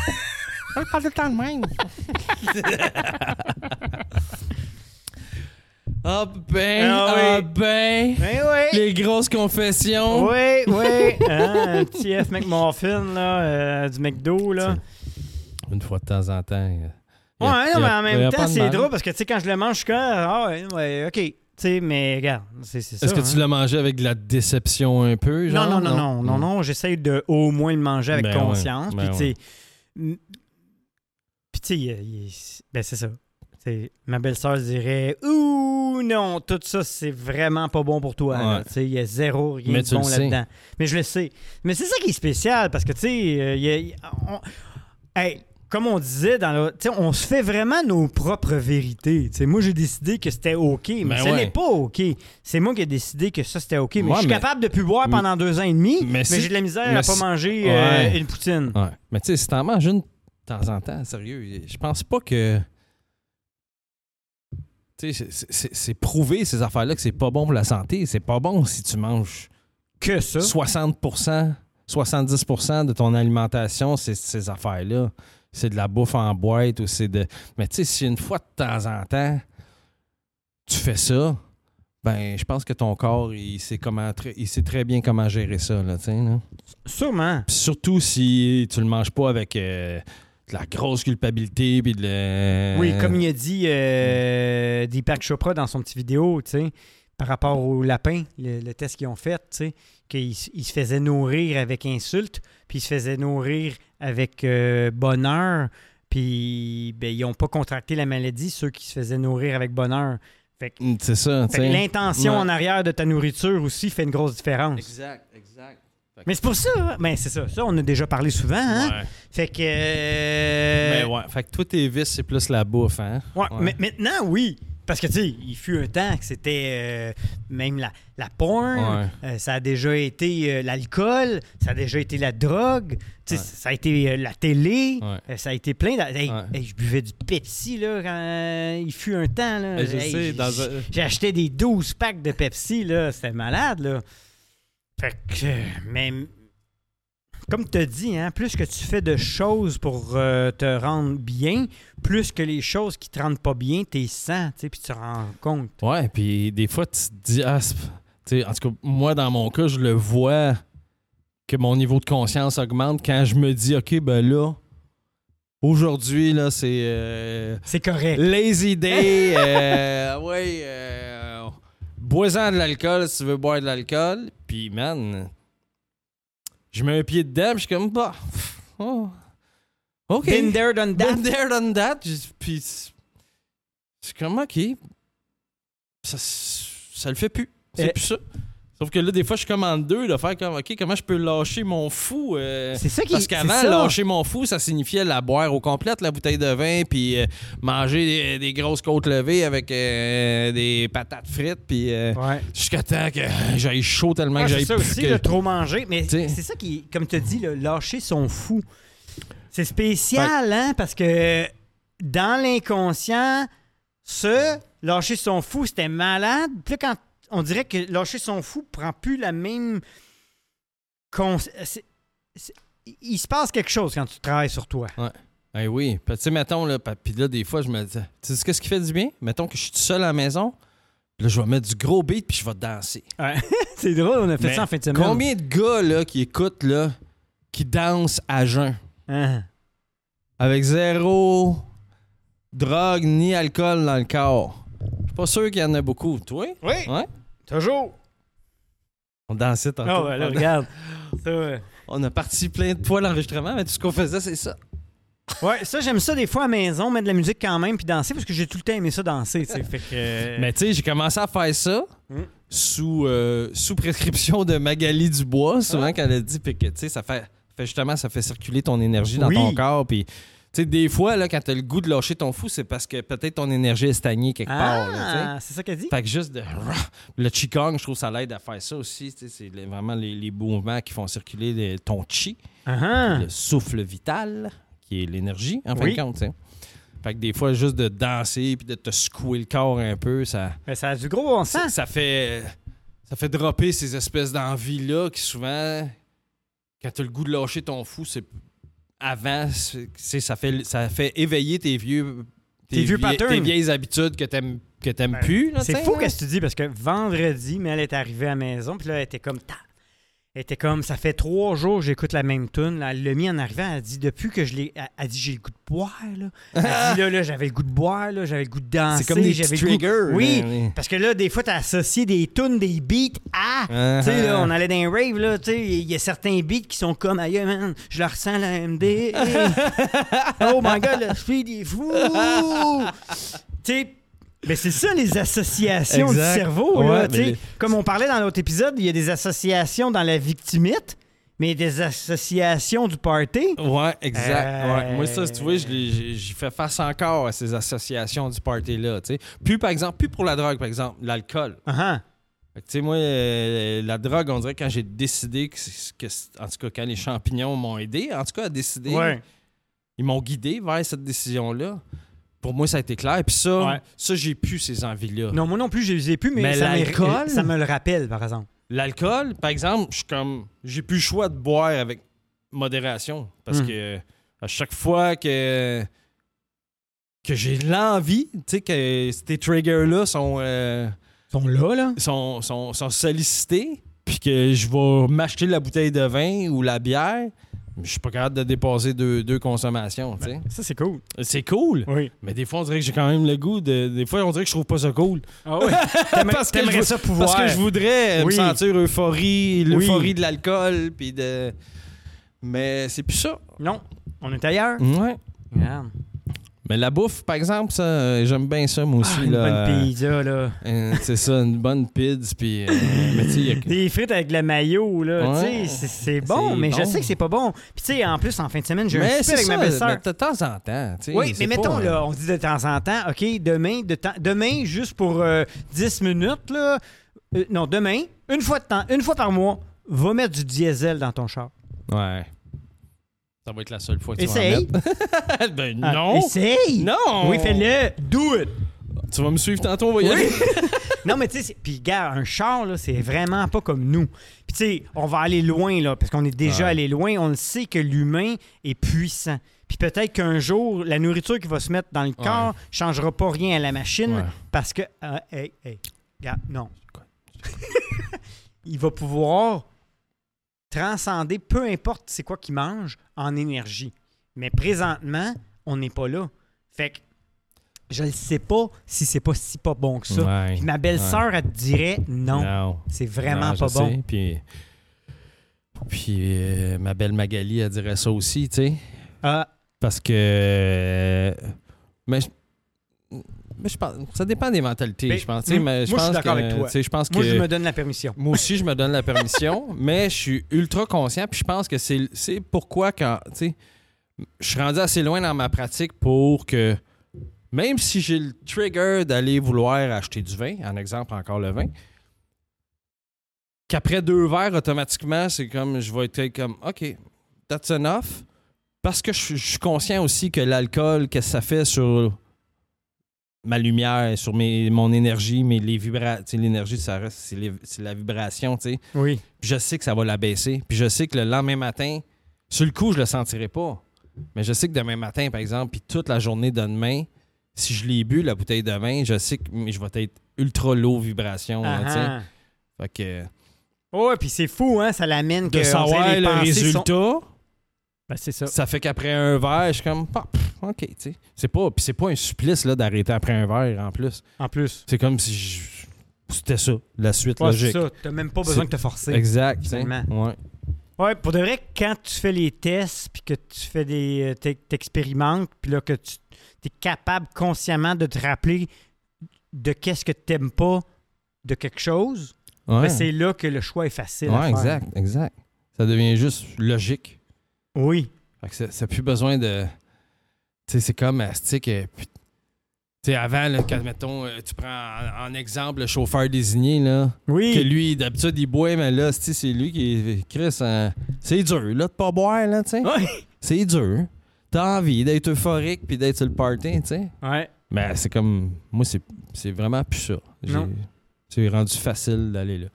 S1: Je parle tout le temps de même. Ah ben,
S2: Ah
S1: ah,
S2: oui.
S1: ben,
S2: Mais ouais.
S1: les grosses confessions.
S2: Oui, oui. Hein, un petit F McMuffin, là, euh, du McDo, là.
S1: Une fois de temps en temps. euh, y
S2: Ouais,
S1: a-
S2: non,
S1: y a-
S2: mais en
S1: y a
S2: même
S1: pas
S2: temps,
S1: de
S2: c'est
S1: mal.
S2: drôle parce que, tu sais, quand je le mange, je suis comme, ah ouais, ouais, OK. Tu sais, mais regarde, c'est c'est ça.
S1: Est-ce que
S2: hein.
S1: tu l'as mangé avec de la déception un peu?
S2: Non,
S1: Genre?
S2: non, non, non, non,
S1: Mm.
S2: non, j'essaye de au moins le manger avec
S1: Ben ouais,
S2: conscience.
S1: ben
S2: puis, tu sais, m- puis, tu sais, il- il- ben, c'est ça. C'est- ma belle-sœur dirait, ouh, non, tout ça, c'est vraiment pas bon pour toi. là.
S1: Ouais.
S2: Tu sais, il y a zéro rien
S1: Mais
S2: de
S1: tu
S2: bon
S1: le sais.
S2: là-dedans. Mais je le sais. Mais c'est ça qui est spécial parce que, tu sais, euh, il y a- il- on- hey, comme on disait, dans le- tu sais, on se fait vraiment nos propres vérités. Tu sais, moi, j'ai décidé que c'était OK, mais
S1: Ben
S2: ce
S1: ouais.
S2: n'est pas OK. C'est moi qui ai décidé que ça, c'était OK. Mais
S1: Ouais,
S2: je suis
S1: mais-
S2: capable de plus boire pendant deux ans et demi,
S1: Mais
S2: mais,
S1: si-
S2: j'ai de la misère
S1: mais
S2: à pas
S1: si-
S2: manger euh,
S1: Ouais.
S2: une poutine.
S1: Ouais. Mais tu sais, si t'en manges une de temps en temps, sérieux, je pense pas que. Tu sais, c'est- c'est- c'est- c'est prouvé ces affaires-là que c'est pas bon pour la santé. C'est pas bon si tu manges
S2: Que ça.
S1: 60%, 70% de ton alimentation, c'est ces affaires-là. C'est de la bouffe en boîte ou c'est de. Mais tu sais, si une fois de temps en temps, tu fais ça, ben, je pense que ton corps, il sait, comment, tr- il sait très bien comment gérer ça, là, tu sais, là.
S2: Sûrement.
S1: Puis surtout si tu le manges pas avec euh, de la grosse culpabilité puis de la-
S2: Oui, comme il a dit euh, Deepak Chopra dans son petit vidéo, tu sais, par rapport au lapin, le, le test qu'ils ont fait, tu sais, qu'il s- il se faisait nourrir avec insulte, puis il se faisait nourrir avec euh, bonheur, puis ben, ils n'ont pas contracté la maladie, ceux qui se faisaient nourrir avec bonheur.
S1: Mm, c'est ça, tu
S2: Fait
S1: sais.
S2: que L'intention
S1: Ouais.
S2: en arrière de ta nourriture aussi fait une grosse différence.
S1: Exact, exact.
S2: Mais c'est pour ça, hein? mais c'est ça, ça on a déjà parlé souvent, hein?
S1: Ouais.
S2: Fait que. euh,
S1: Mais ouais, fait que tous tes vices c'est plus la bouffe hein.
S2: Ouais,
S1: Ouais.
S2: mais maintenant, oui. Parce que, tu sais, il fut un temps que c'était euh, même la, la porn, euh, ça a déjà été euh, l'alcool, ça a déjà été la drogue, tu sais,
S1: Ouais.
S2: ça a été euh, la télé,
S1: Ouais.
S2: euh, ça a été plein. d'a- Hey,
S1: Ouais.
S2: hey, je buvais du Pepsi, là, quand il fut un temps, là.
S1: Ben, je
S2: Hey,
S1: sais, dans un-
S2: J'ai acheté des 12 packs de Pepsi, là. C'était malade, là. Fait que. Mais. Comme tu as dit, hein, plus que tu fais de choses pour euh, te rendre bien, plus que les choses qui te rendent pas bien, t'es sens, tu sais, puis tu te rends compte.
S1: Ouais, puis des fois, tu te dis, ah, c'est- tu sais, en tout cas, moi, dans mon cas, je le vois que mon niveau de conscience augmente quand je me dis, OK, ben là, aujourd'hui, là, c'est euh,
S2: C'est correct.
S1: lazy day. euh, ouais, euh, bois-en de l'alcool si tu veux boire de l'alcool. Puis, man, je mets un pied dedans, puis je suis comme, bah, pff, oh, OK.
S2: Been there, done that.
S1: Been there, done that. J'ai- Puis c'est- c'est comme, OK. Ça, ça le fait plus. C'est
S2: Eh.
S1: plus ça. Sauf que là, des fois, je commande deux de faire comme, OK, comment je peux lâcher mon fou? euh,
S2: C'est ça qui
S1: parce
S2: c'est
S1: qu'avant,
S2: ça.
S1: lâcher mon fou, ça signifiait la boire au complète, la bouteille de vin, puis euh, manger des, des grosses côtes levées avec euh, des patates frites, puis euh,
S2: Ouais.
S1: jusqu'à temps que j'aille chaud tellement
S2: Ah,
S1: que
S2: c'est
S1: j'aille
S2: ça
S1: plus
S2: aussi,
S1: que-
S2: le trop manger. Mais
S1: T'sais.
S2: c'est ça qui, comme tu dis, le lâcher son fou. C'est spécial, hein, parce que dans l'inconscient, ce lâcher son fou, c'était malade. Puis là, quand on dirait que lâcher son fou prend plus la même. cons- c'est- c'est- Il se passe quelque chose quand tu travailles sur toi.
S1: Ben oui. Puis, Tu sais, mettons, là, pa- puis là, des fois, je me dis, tu sais, qu'est-ce qui fait du bien? Mettons que je suis tout seul à la maison, là, je vais mettre du gros beat, puis je vais danser.
S2: c'est drôle, on a
S1: fait ça en
S2: fin de
S1: Combien de gars, là, qui écoutent, là, qui dansent à jeun,
S2: Hein?
S1: avec zéro drogue ni alcool dans le corps? Je suis pas sûr qu'il y en a beaucoup. Toi?
S2: Oui,
S1: Ouais?
S2: toujours.
S1: On dansait tantôt.
S2: Oh, ben là,
S1: On-
S2: regarde. Ça, ouais.
S1: on a parti plein de fois à l'enregistrement, mais tout ce qu'on faisait, c'est ça.
S2: Ouais, ça, j'aime ça des fois à la maison, mettre de la musique quand même, puis danser, parce que j'ai tout le temps aimé ça danser, tu sais. Fait que. euh,
S1: Mais tu sais, j'ai commencé à faire ça
S2: Mm.
S1: sous, euh, sous prescription de Magali Dubois, souvent
S2: Ah.
S1: quand elle a dit puis que tu sais, ça fait, fait justement ça fait circuler ton énergie dans
S2: Oui.
S1: ton corps puis tu sais des fois là quand t'as le goût de lâcher ton fou, c'est parce que peut-être ton énergie est stagnée quelque part là, tu sais.
S2: Ah, c'est ça qu'elle dit?
S1: Fait que juste de. Le Qigong, je trouve ça l'aide à faire ça aussi. tu sais, C'est les- vraiment les, les mouvements qui font circuler les- ton chi,
S2: Ah, ah.
S1: le souffle vital, qui est l'énergie, en fin
S2: Oui.
S1: de compte. tu sais. Fait que des fois, juste de danser puis de te secouer le corps un peu, ça,
S2: Mais ça a du gros bon
S1: ça,
S2: sens.
S1: ça fait ça fait dropper ces espèces d'envies-là qui souvent, quand t'as le goût de lâcher ton fou, c'est avant, c'est c'est- ça fait ça fait éveiller tes vieux
S2: Tes vieux
S1: vieilles-
S2: patterns.
S1: tes vieilles habitudes que t'aimes que t'aimes
S2: Ben,
S1: plus. là,
S2: C'est
S1: t'sais,
S2: fou
S1: là.
S2: qu'est-ce que tu dis, parce que vendredi, mais elle est arrivée à la maison, puis là, elle était comme. Ta... Elle était comme, ça fait trois jours que j'écoute la même tune. là. Elle l'a mis en arrivant. Elle dit, depuis que je l'ai. Elle, elle dit, j'ai le goût de boire, là. Elle dit, là, là, j'avais le goût de boire, là, j'avais le goût de danser.
S1: C'est comme des
S2: j'avais
S1: petits
S2: le goût-
S1: triggers.
S2: Oui,
S1: là, oui.
S2: parce que là, des fois, t'as associé des tunes, des beats à.
S1: Ah,
S2: Tu sais, là,
S1: ah.
S2: on allait dans les raves, là, tu sais, il y a certains beats qui sont comme, aïe, man, je la ressens, la MD. oh my god, le speed est fou. tu sais, mais c'est ça, les associations
S1: Exact.
S2: du cerveau, là,
S1: Ouais,
S2: tu sais.
S1: mais le-
S2: Comme on parlait dans l'autre épisode, il y a des associations dans la victimite, mais des associations du party.
S1: Ouais, exact.
S2: Euh,
S1: Ouais. Moi, ça, si tu vois, je l'ai- j'ai j'ai fait face encore à ces associations du party-là. tu sais. Plus, par exemple, plus pour la drogue, par exemple, l'alcool.
S2: Ah,
S1: Fait que, Tu sais, moi, euh, la drogue, on dirait quand j'ai décidé que, c'est- que c'est- en tout cas, quand les champignons m'ont aidé, en tout cas, à décider,
S2: ouais.
S1: ils m'ont guidé vers cette décision-là. Pour moi, ça a été clair. Puis ça,
S2: Ouais.
S1: ça j'ai plus ces envies-là.
S2: Non, moi non plus, je les ai plus, mais,
S1: Mais
S2: ça, m'est-
S1: l'alcool?
S2: ça me le rappelle, par exemple.
S1: L'alcool, par exemple, je suis comme, j'ai plus le choix de boire avec modération parce
S2: Mm.
S1: que à chaque fois que que j'ai l'envie, tu sais, que ces triggers-là sont euh,
S2: Ils sont là, là.
S1: sont, sont, sont sollicités, puis que je vais m'acheter la bouteille de vin ou la bière, je suis pas capable de dépasser deux, deux consommations. tu sais.
S2: Ça, c'est cool.
S1: C'est cool,
S2: Oui.
S1: mais des fois, on dirait que j'ai quand même le goût. De, des fois, on dirait que je trouve pas ça cool.
S2: Ah oui. T'aimerais-
S1: Parce que
S2: t'aimerais
S1: je-
S2: ça pouvoir.
S1: Parce que je voudrais euh,
S2: Oui.
S1: me sentir euphorie,
S2: Oui.
S1: l'euphorie de l'alcool, puis de. Mais c'est plus ça.
S2: Non, on est ailleurs.
S1: Ouais.
S2: Regarde.
S1: Mais la bouffe, par exemple, ça, euh, j'aime bien ça, moi aussi.
S2: Ah, une
S1: là,
S2: bonne pizza, là.
S1: Euh, c'est ça, une bonne pizza. Puis, euh, mais tu sais, il y a-
S2: Des frites avec le maillot, là.
S1: Ouais.
S2: tu sais, c'est- c'est bon,
S1: C'est
S2: mais je
S1: bon.
S2: sais que c'est pas bon. Puis, tu sais, en plus, en fin de semaine, j'ai un
S1: Mais
S2: souper
S1: c'est
S2: avec
S1: ça,
S2: ma belle-sœur.
S1: mais de temps en temps. tu sais,
S2: Oui, mais
S1: c'est
S2: mettons,
S1: pas- euh,
S2: là, on dit de temps en temps, OK, demain, de temps- demain juste pour euh, 10 minutes, là, euh, non, demain, une fois, de temps, une fois par mois, va mettre du diesel dans ton char.
S1: Ouais. Ça va être la seule fois que tu vas en
S2: Essaye.
S1: mettre. ben
S2: Ah,
S1: non!
S2: Essaye.
S1: Non!
S2: Oui, fais-le. Do it.
S1: Tu vas me suivre tantôt, on va y
S2: Oui.
S1: aller.
S2: Non, mais tu sais, c'est- puis gars, un char, là, c'est vraiment pas comme nous. Puis tu sais, on va aller loin, là, parce qu'on est déjà
S1: Ouais.
S2: allé loin. On le sait que l'humain est puissant. Puis peut-être qu'un jour, la nourriture qui va se mettre dans le corps changera pas rien à la machine
S1: Ouais.
S2: parce que. euh, hey, hey, gars, non. Il va pouvoir transcender peu importe c'est quoi qu'il mange en énergie. Mais présentement, on n'est pas là. Fait que je ne sais pas si c'est pas si pas bon que ça.
S1: Ouais.
S2: Puis ma belle-sœur, elle te dirait non,
S1: Non.
S2: c'est vraiment
S1: Non, je
S2: pas bon.
S1: sais, Puis, puis euh, ma belle Magali, elle dirait ça aussi, tu sais.
S2: Ah,
S1: Parce que. euh, mais je- mais je pense, ça dépend des mentalités,
S2: Mais-
S1: je pense. Tu sais,
S2: Mm.
S1: mais je
S2: Moi, je suis
S1: pense
S2: d'accord
S1: que,
S2: avec toi.
S1: tu sais, Je pense
S2: moi,
S1: que
S2: je me donne la permission.
S1: moi aussi, je me donne la permission, mais je suis ultra conscient. Puis je pense que c'est c'est pourquoi quand, tu sais, je suis rendu assez loin dans ma pratique pour que même si j'ai le trigger d'aller vouloir acheter du vin, en exemple encore le vin, qu'après deux verres, automatiquement, c'est comme je vais être comme OK, that's enough. Parce que je, je suis conscient aussi que l'alcool, qu'est-ce que ça fait sur ma lumière, sur mes, mon énergie, mais les vibra- tu sais, l'énergie, ça reste, c'est, les- c'est la vibration, tu sais.
S2: Oui.
S1: Puis je sais que ça va la baisser. Puis je sais que le lendemain matin, sur le coup, je le sentirai pas. Mais je sais que demain matin, par exemple, puis toute la journée de demain, si je l'ai bu, la bouteille de vin, je sais que je vais être ultra low vibration. là, tu sais.
S2: Ah, ah.
S1: Fait que,
S2: Ouais, puis c'est fou, hein, ça l'amène que
S1: de
S2: on dirait,
S1: savoir
S2: les
S1: le
S2: pensées sont-
S1: résultat,
S2: Ben, c'est ça.
S1: ça fait qu'après un verre, je suis comme, Ah, pff, OK, tu sais. C'est pas, puis c'est pas un supplice là, d'arrêter après un verre en plus.
S2: En plus.
S1: C'est comme si je- c'était ça, la suite
S2: Ouais,
S1: logique.
S2: c'est ça. T'as même pas besoin
S1: C'est-
S2: de te forcer.
S1: Exact. tu sais.
S2: Finalement.
S1: Ouais.
S2: Ouais, pour de vrai, quand tu fais les tests, puis que tu fais des. euh, t'ex- t'expérimentes, puis là, que tu es capable consciemment de te rappeler de qu'est-ce que t'aimes pas de quelque chose,
S1: Ouais.
S2: ben, c'est là que le choix est facile. à
S1: Ouais,
S2: faire.
S1: exact, exact. Ça devient juste logique.
S2: Oui.
S1: Fait que ça, ça a plus besoin de. Tu sais, c'est comme astique. euh, Tu sais, avant, là, quand, mettons, euh, tu prends en, en exemple le chauffeur désigné, là,
S2: Oui.
S1: que lui, d'habitude, il boit, mais là, c'ti, c'est lui qui. Chris, hein, c'est dur, là, de pas boire, là, tu sais.
S2: Ouais.
S1: C'est dur. T'as envie d'être euphorique puis d'être sur le party, tu sais.
S2: Ouais.
S1: Mais c'est comme. Moi, c'est, c'est vraiment plus ça. J'ai-
S2: Non.
S1: C'est rendu facile d'aller là.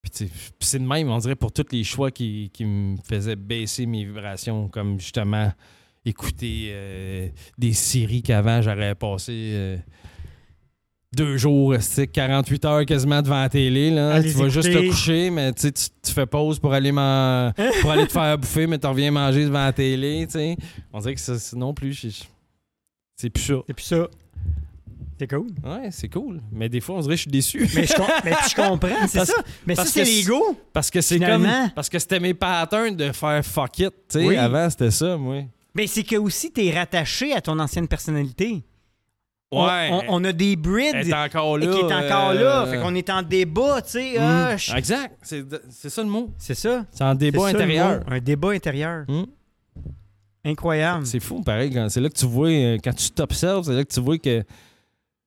S1: Puis, tu sais, puis c'est de même, on dirait, pour tous les choix qui, qui me faisaient baisser mes vibrations, comme justement écouter euh, des séries qu'avant j'aurais passé. euh, deux jours, esti, 48 heures quasiment devant la télé. Là.
S2: Allez
S1: Tu vas juste
S2: écouter.
S1: te coucher, mais tu, sais, tu- tu fais pause pour aller, man- pour aller te faire bouffer, mais tu reviens manger devant la télé. tu sais. On dirait que ça, c'est- non plus, je- je- c'est plus ça.
S2: Et puis ça. C'est cool.
S1: Ouais, c'est cool. Mais des fois, on dirait que je suis déçu.
S2: Mais je, com- mais puis je comprends, c'est
S1: Parce-
S2: ça. Mais ça,
S1: parce
S2: c'est
S1: que
S2: l'ego.
S1: Parce que c'est comme.
S2: Finalement-
S1: Parce que c'était mes patterns de faire fuck it. tu sais.
S2: Oui.
S1: Avant, c'était ça, moi.
S2: Mais c'est que aussi, t'es rattaché à ton ancienne personnalité. On-
S1: Ouais.
S2: On, on a des brides
S1: elle est encore
S2: et
S1: là.
S2: qui est encore là.
S1: euh,
S2: Fait qu'on est en débat, tu sais. ah, je-
S1: mm. Exact. C'est c'est ça le mot.
S2: C'est ça.
S1: C'est un débat
S2: C'est ça, le
S1: intérieur.
S2: mot, Un débat intérieur.
S1: Mm.
S2: Incroyable.
S1: C'est fou, pareil. quand- C'est là que tu vois, euh, quand tu t'observes, c'est là que tu vois que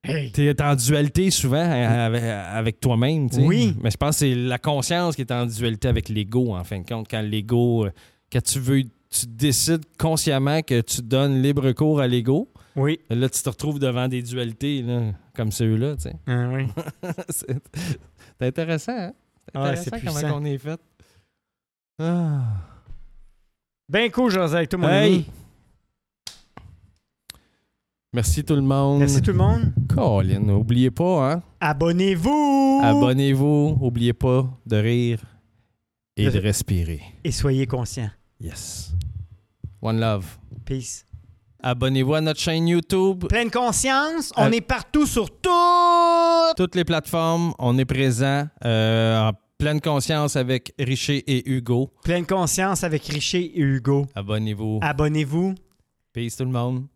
S2: Hey. Mm.
S1: tu es en dualité souvent euh, avec, avec toi-même. tu sais.
S2: Oui.
S1: Mais je pense que c'est la conscience qui est en dualité avec l'ego, en fin de compte. Quand l'ego, euh, quand tu veux, tu décides consciemment que tu donnes libre cours à l'ego, ben
S2: Oui.
S1: là, tu te retrouves devant des dualités là, comme ceux-là. tu sais.
S2: Ah, oui.
S1: c'est c'est intéressant, hein? C'est
S2: Ah,
S1: intéressant
S2: c'est
S1: comment
S2: puissant.
S1: on est fait. Ah.
S2: Ben cool, José, avec toi, mon
S1: Hey!
S2: ami.
S1: Merci tout le monde.
S2: Merci tout le monde.
S1: Colin, n'oubliez pas, hein?
S2: Abonnez-vous.
S1: Abonnez-vous, n'oubliez pas de rire et de
S2: De-
S1: respirer.
S2: Et soyez conscients.
S1: Yes. One love.
S2: Peace.
S1: Abonnez-vous à notre chaîne YouTube,
S2: Pleine conscience. On
S1: Euh,
S2: est partout sur tout.
S1: toutes les plateformes. On est présent euh, en pleine conscience avec Richer et Hugo.
S2: Pleine conscience avec Richer et Hugo. Ah.
S1: Abonnez-vous.
S2: Abonnez-vous.
S1: Peace tout le monde.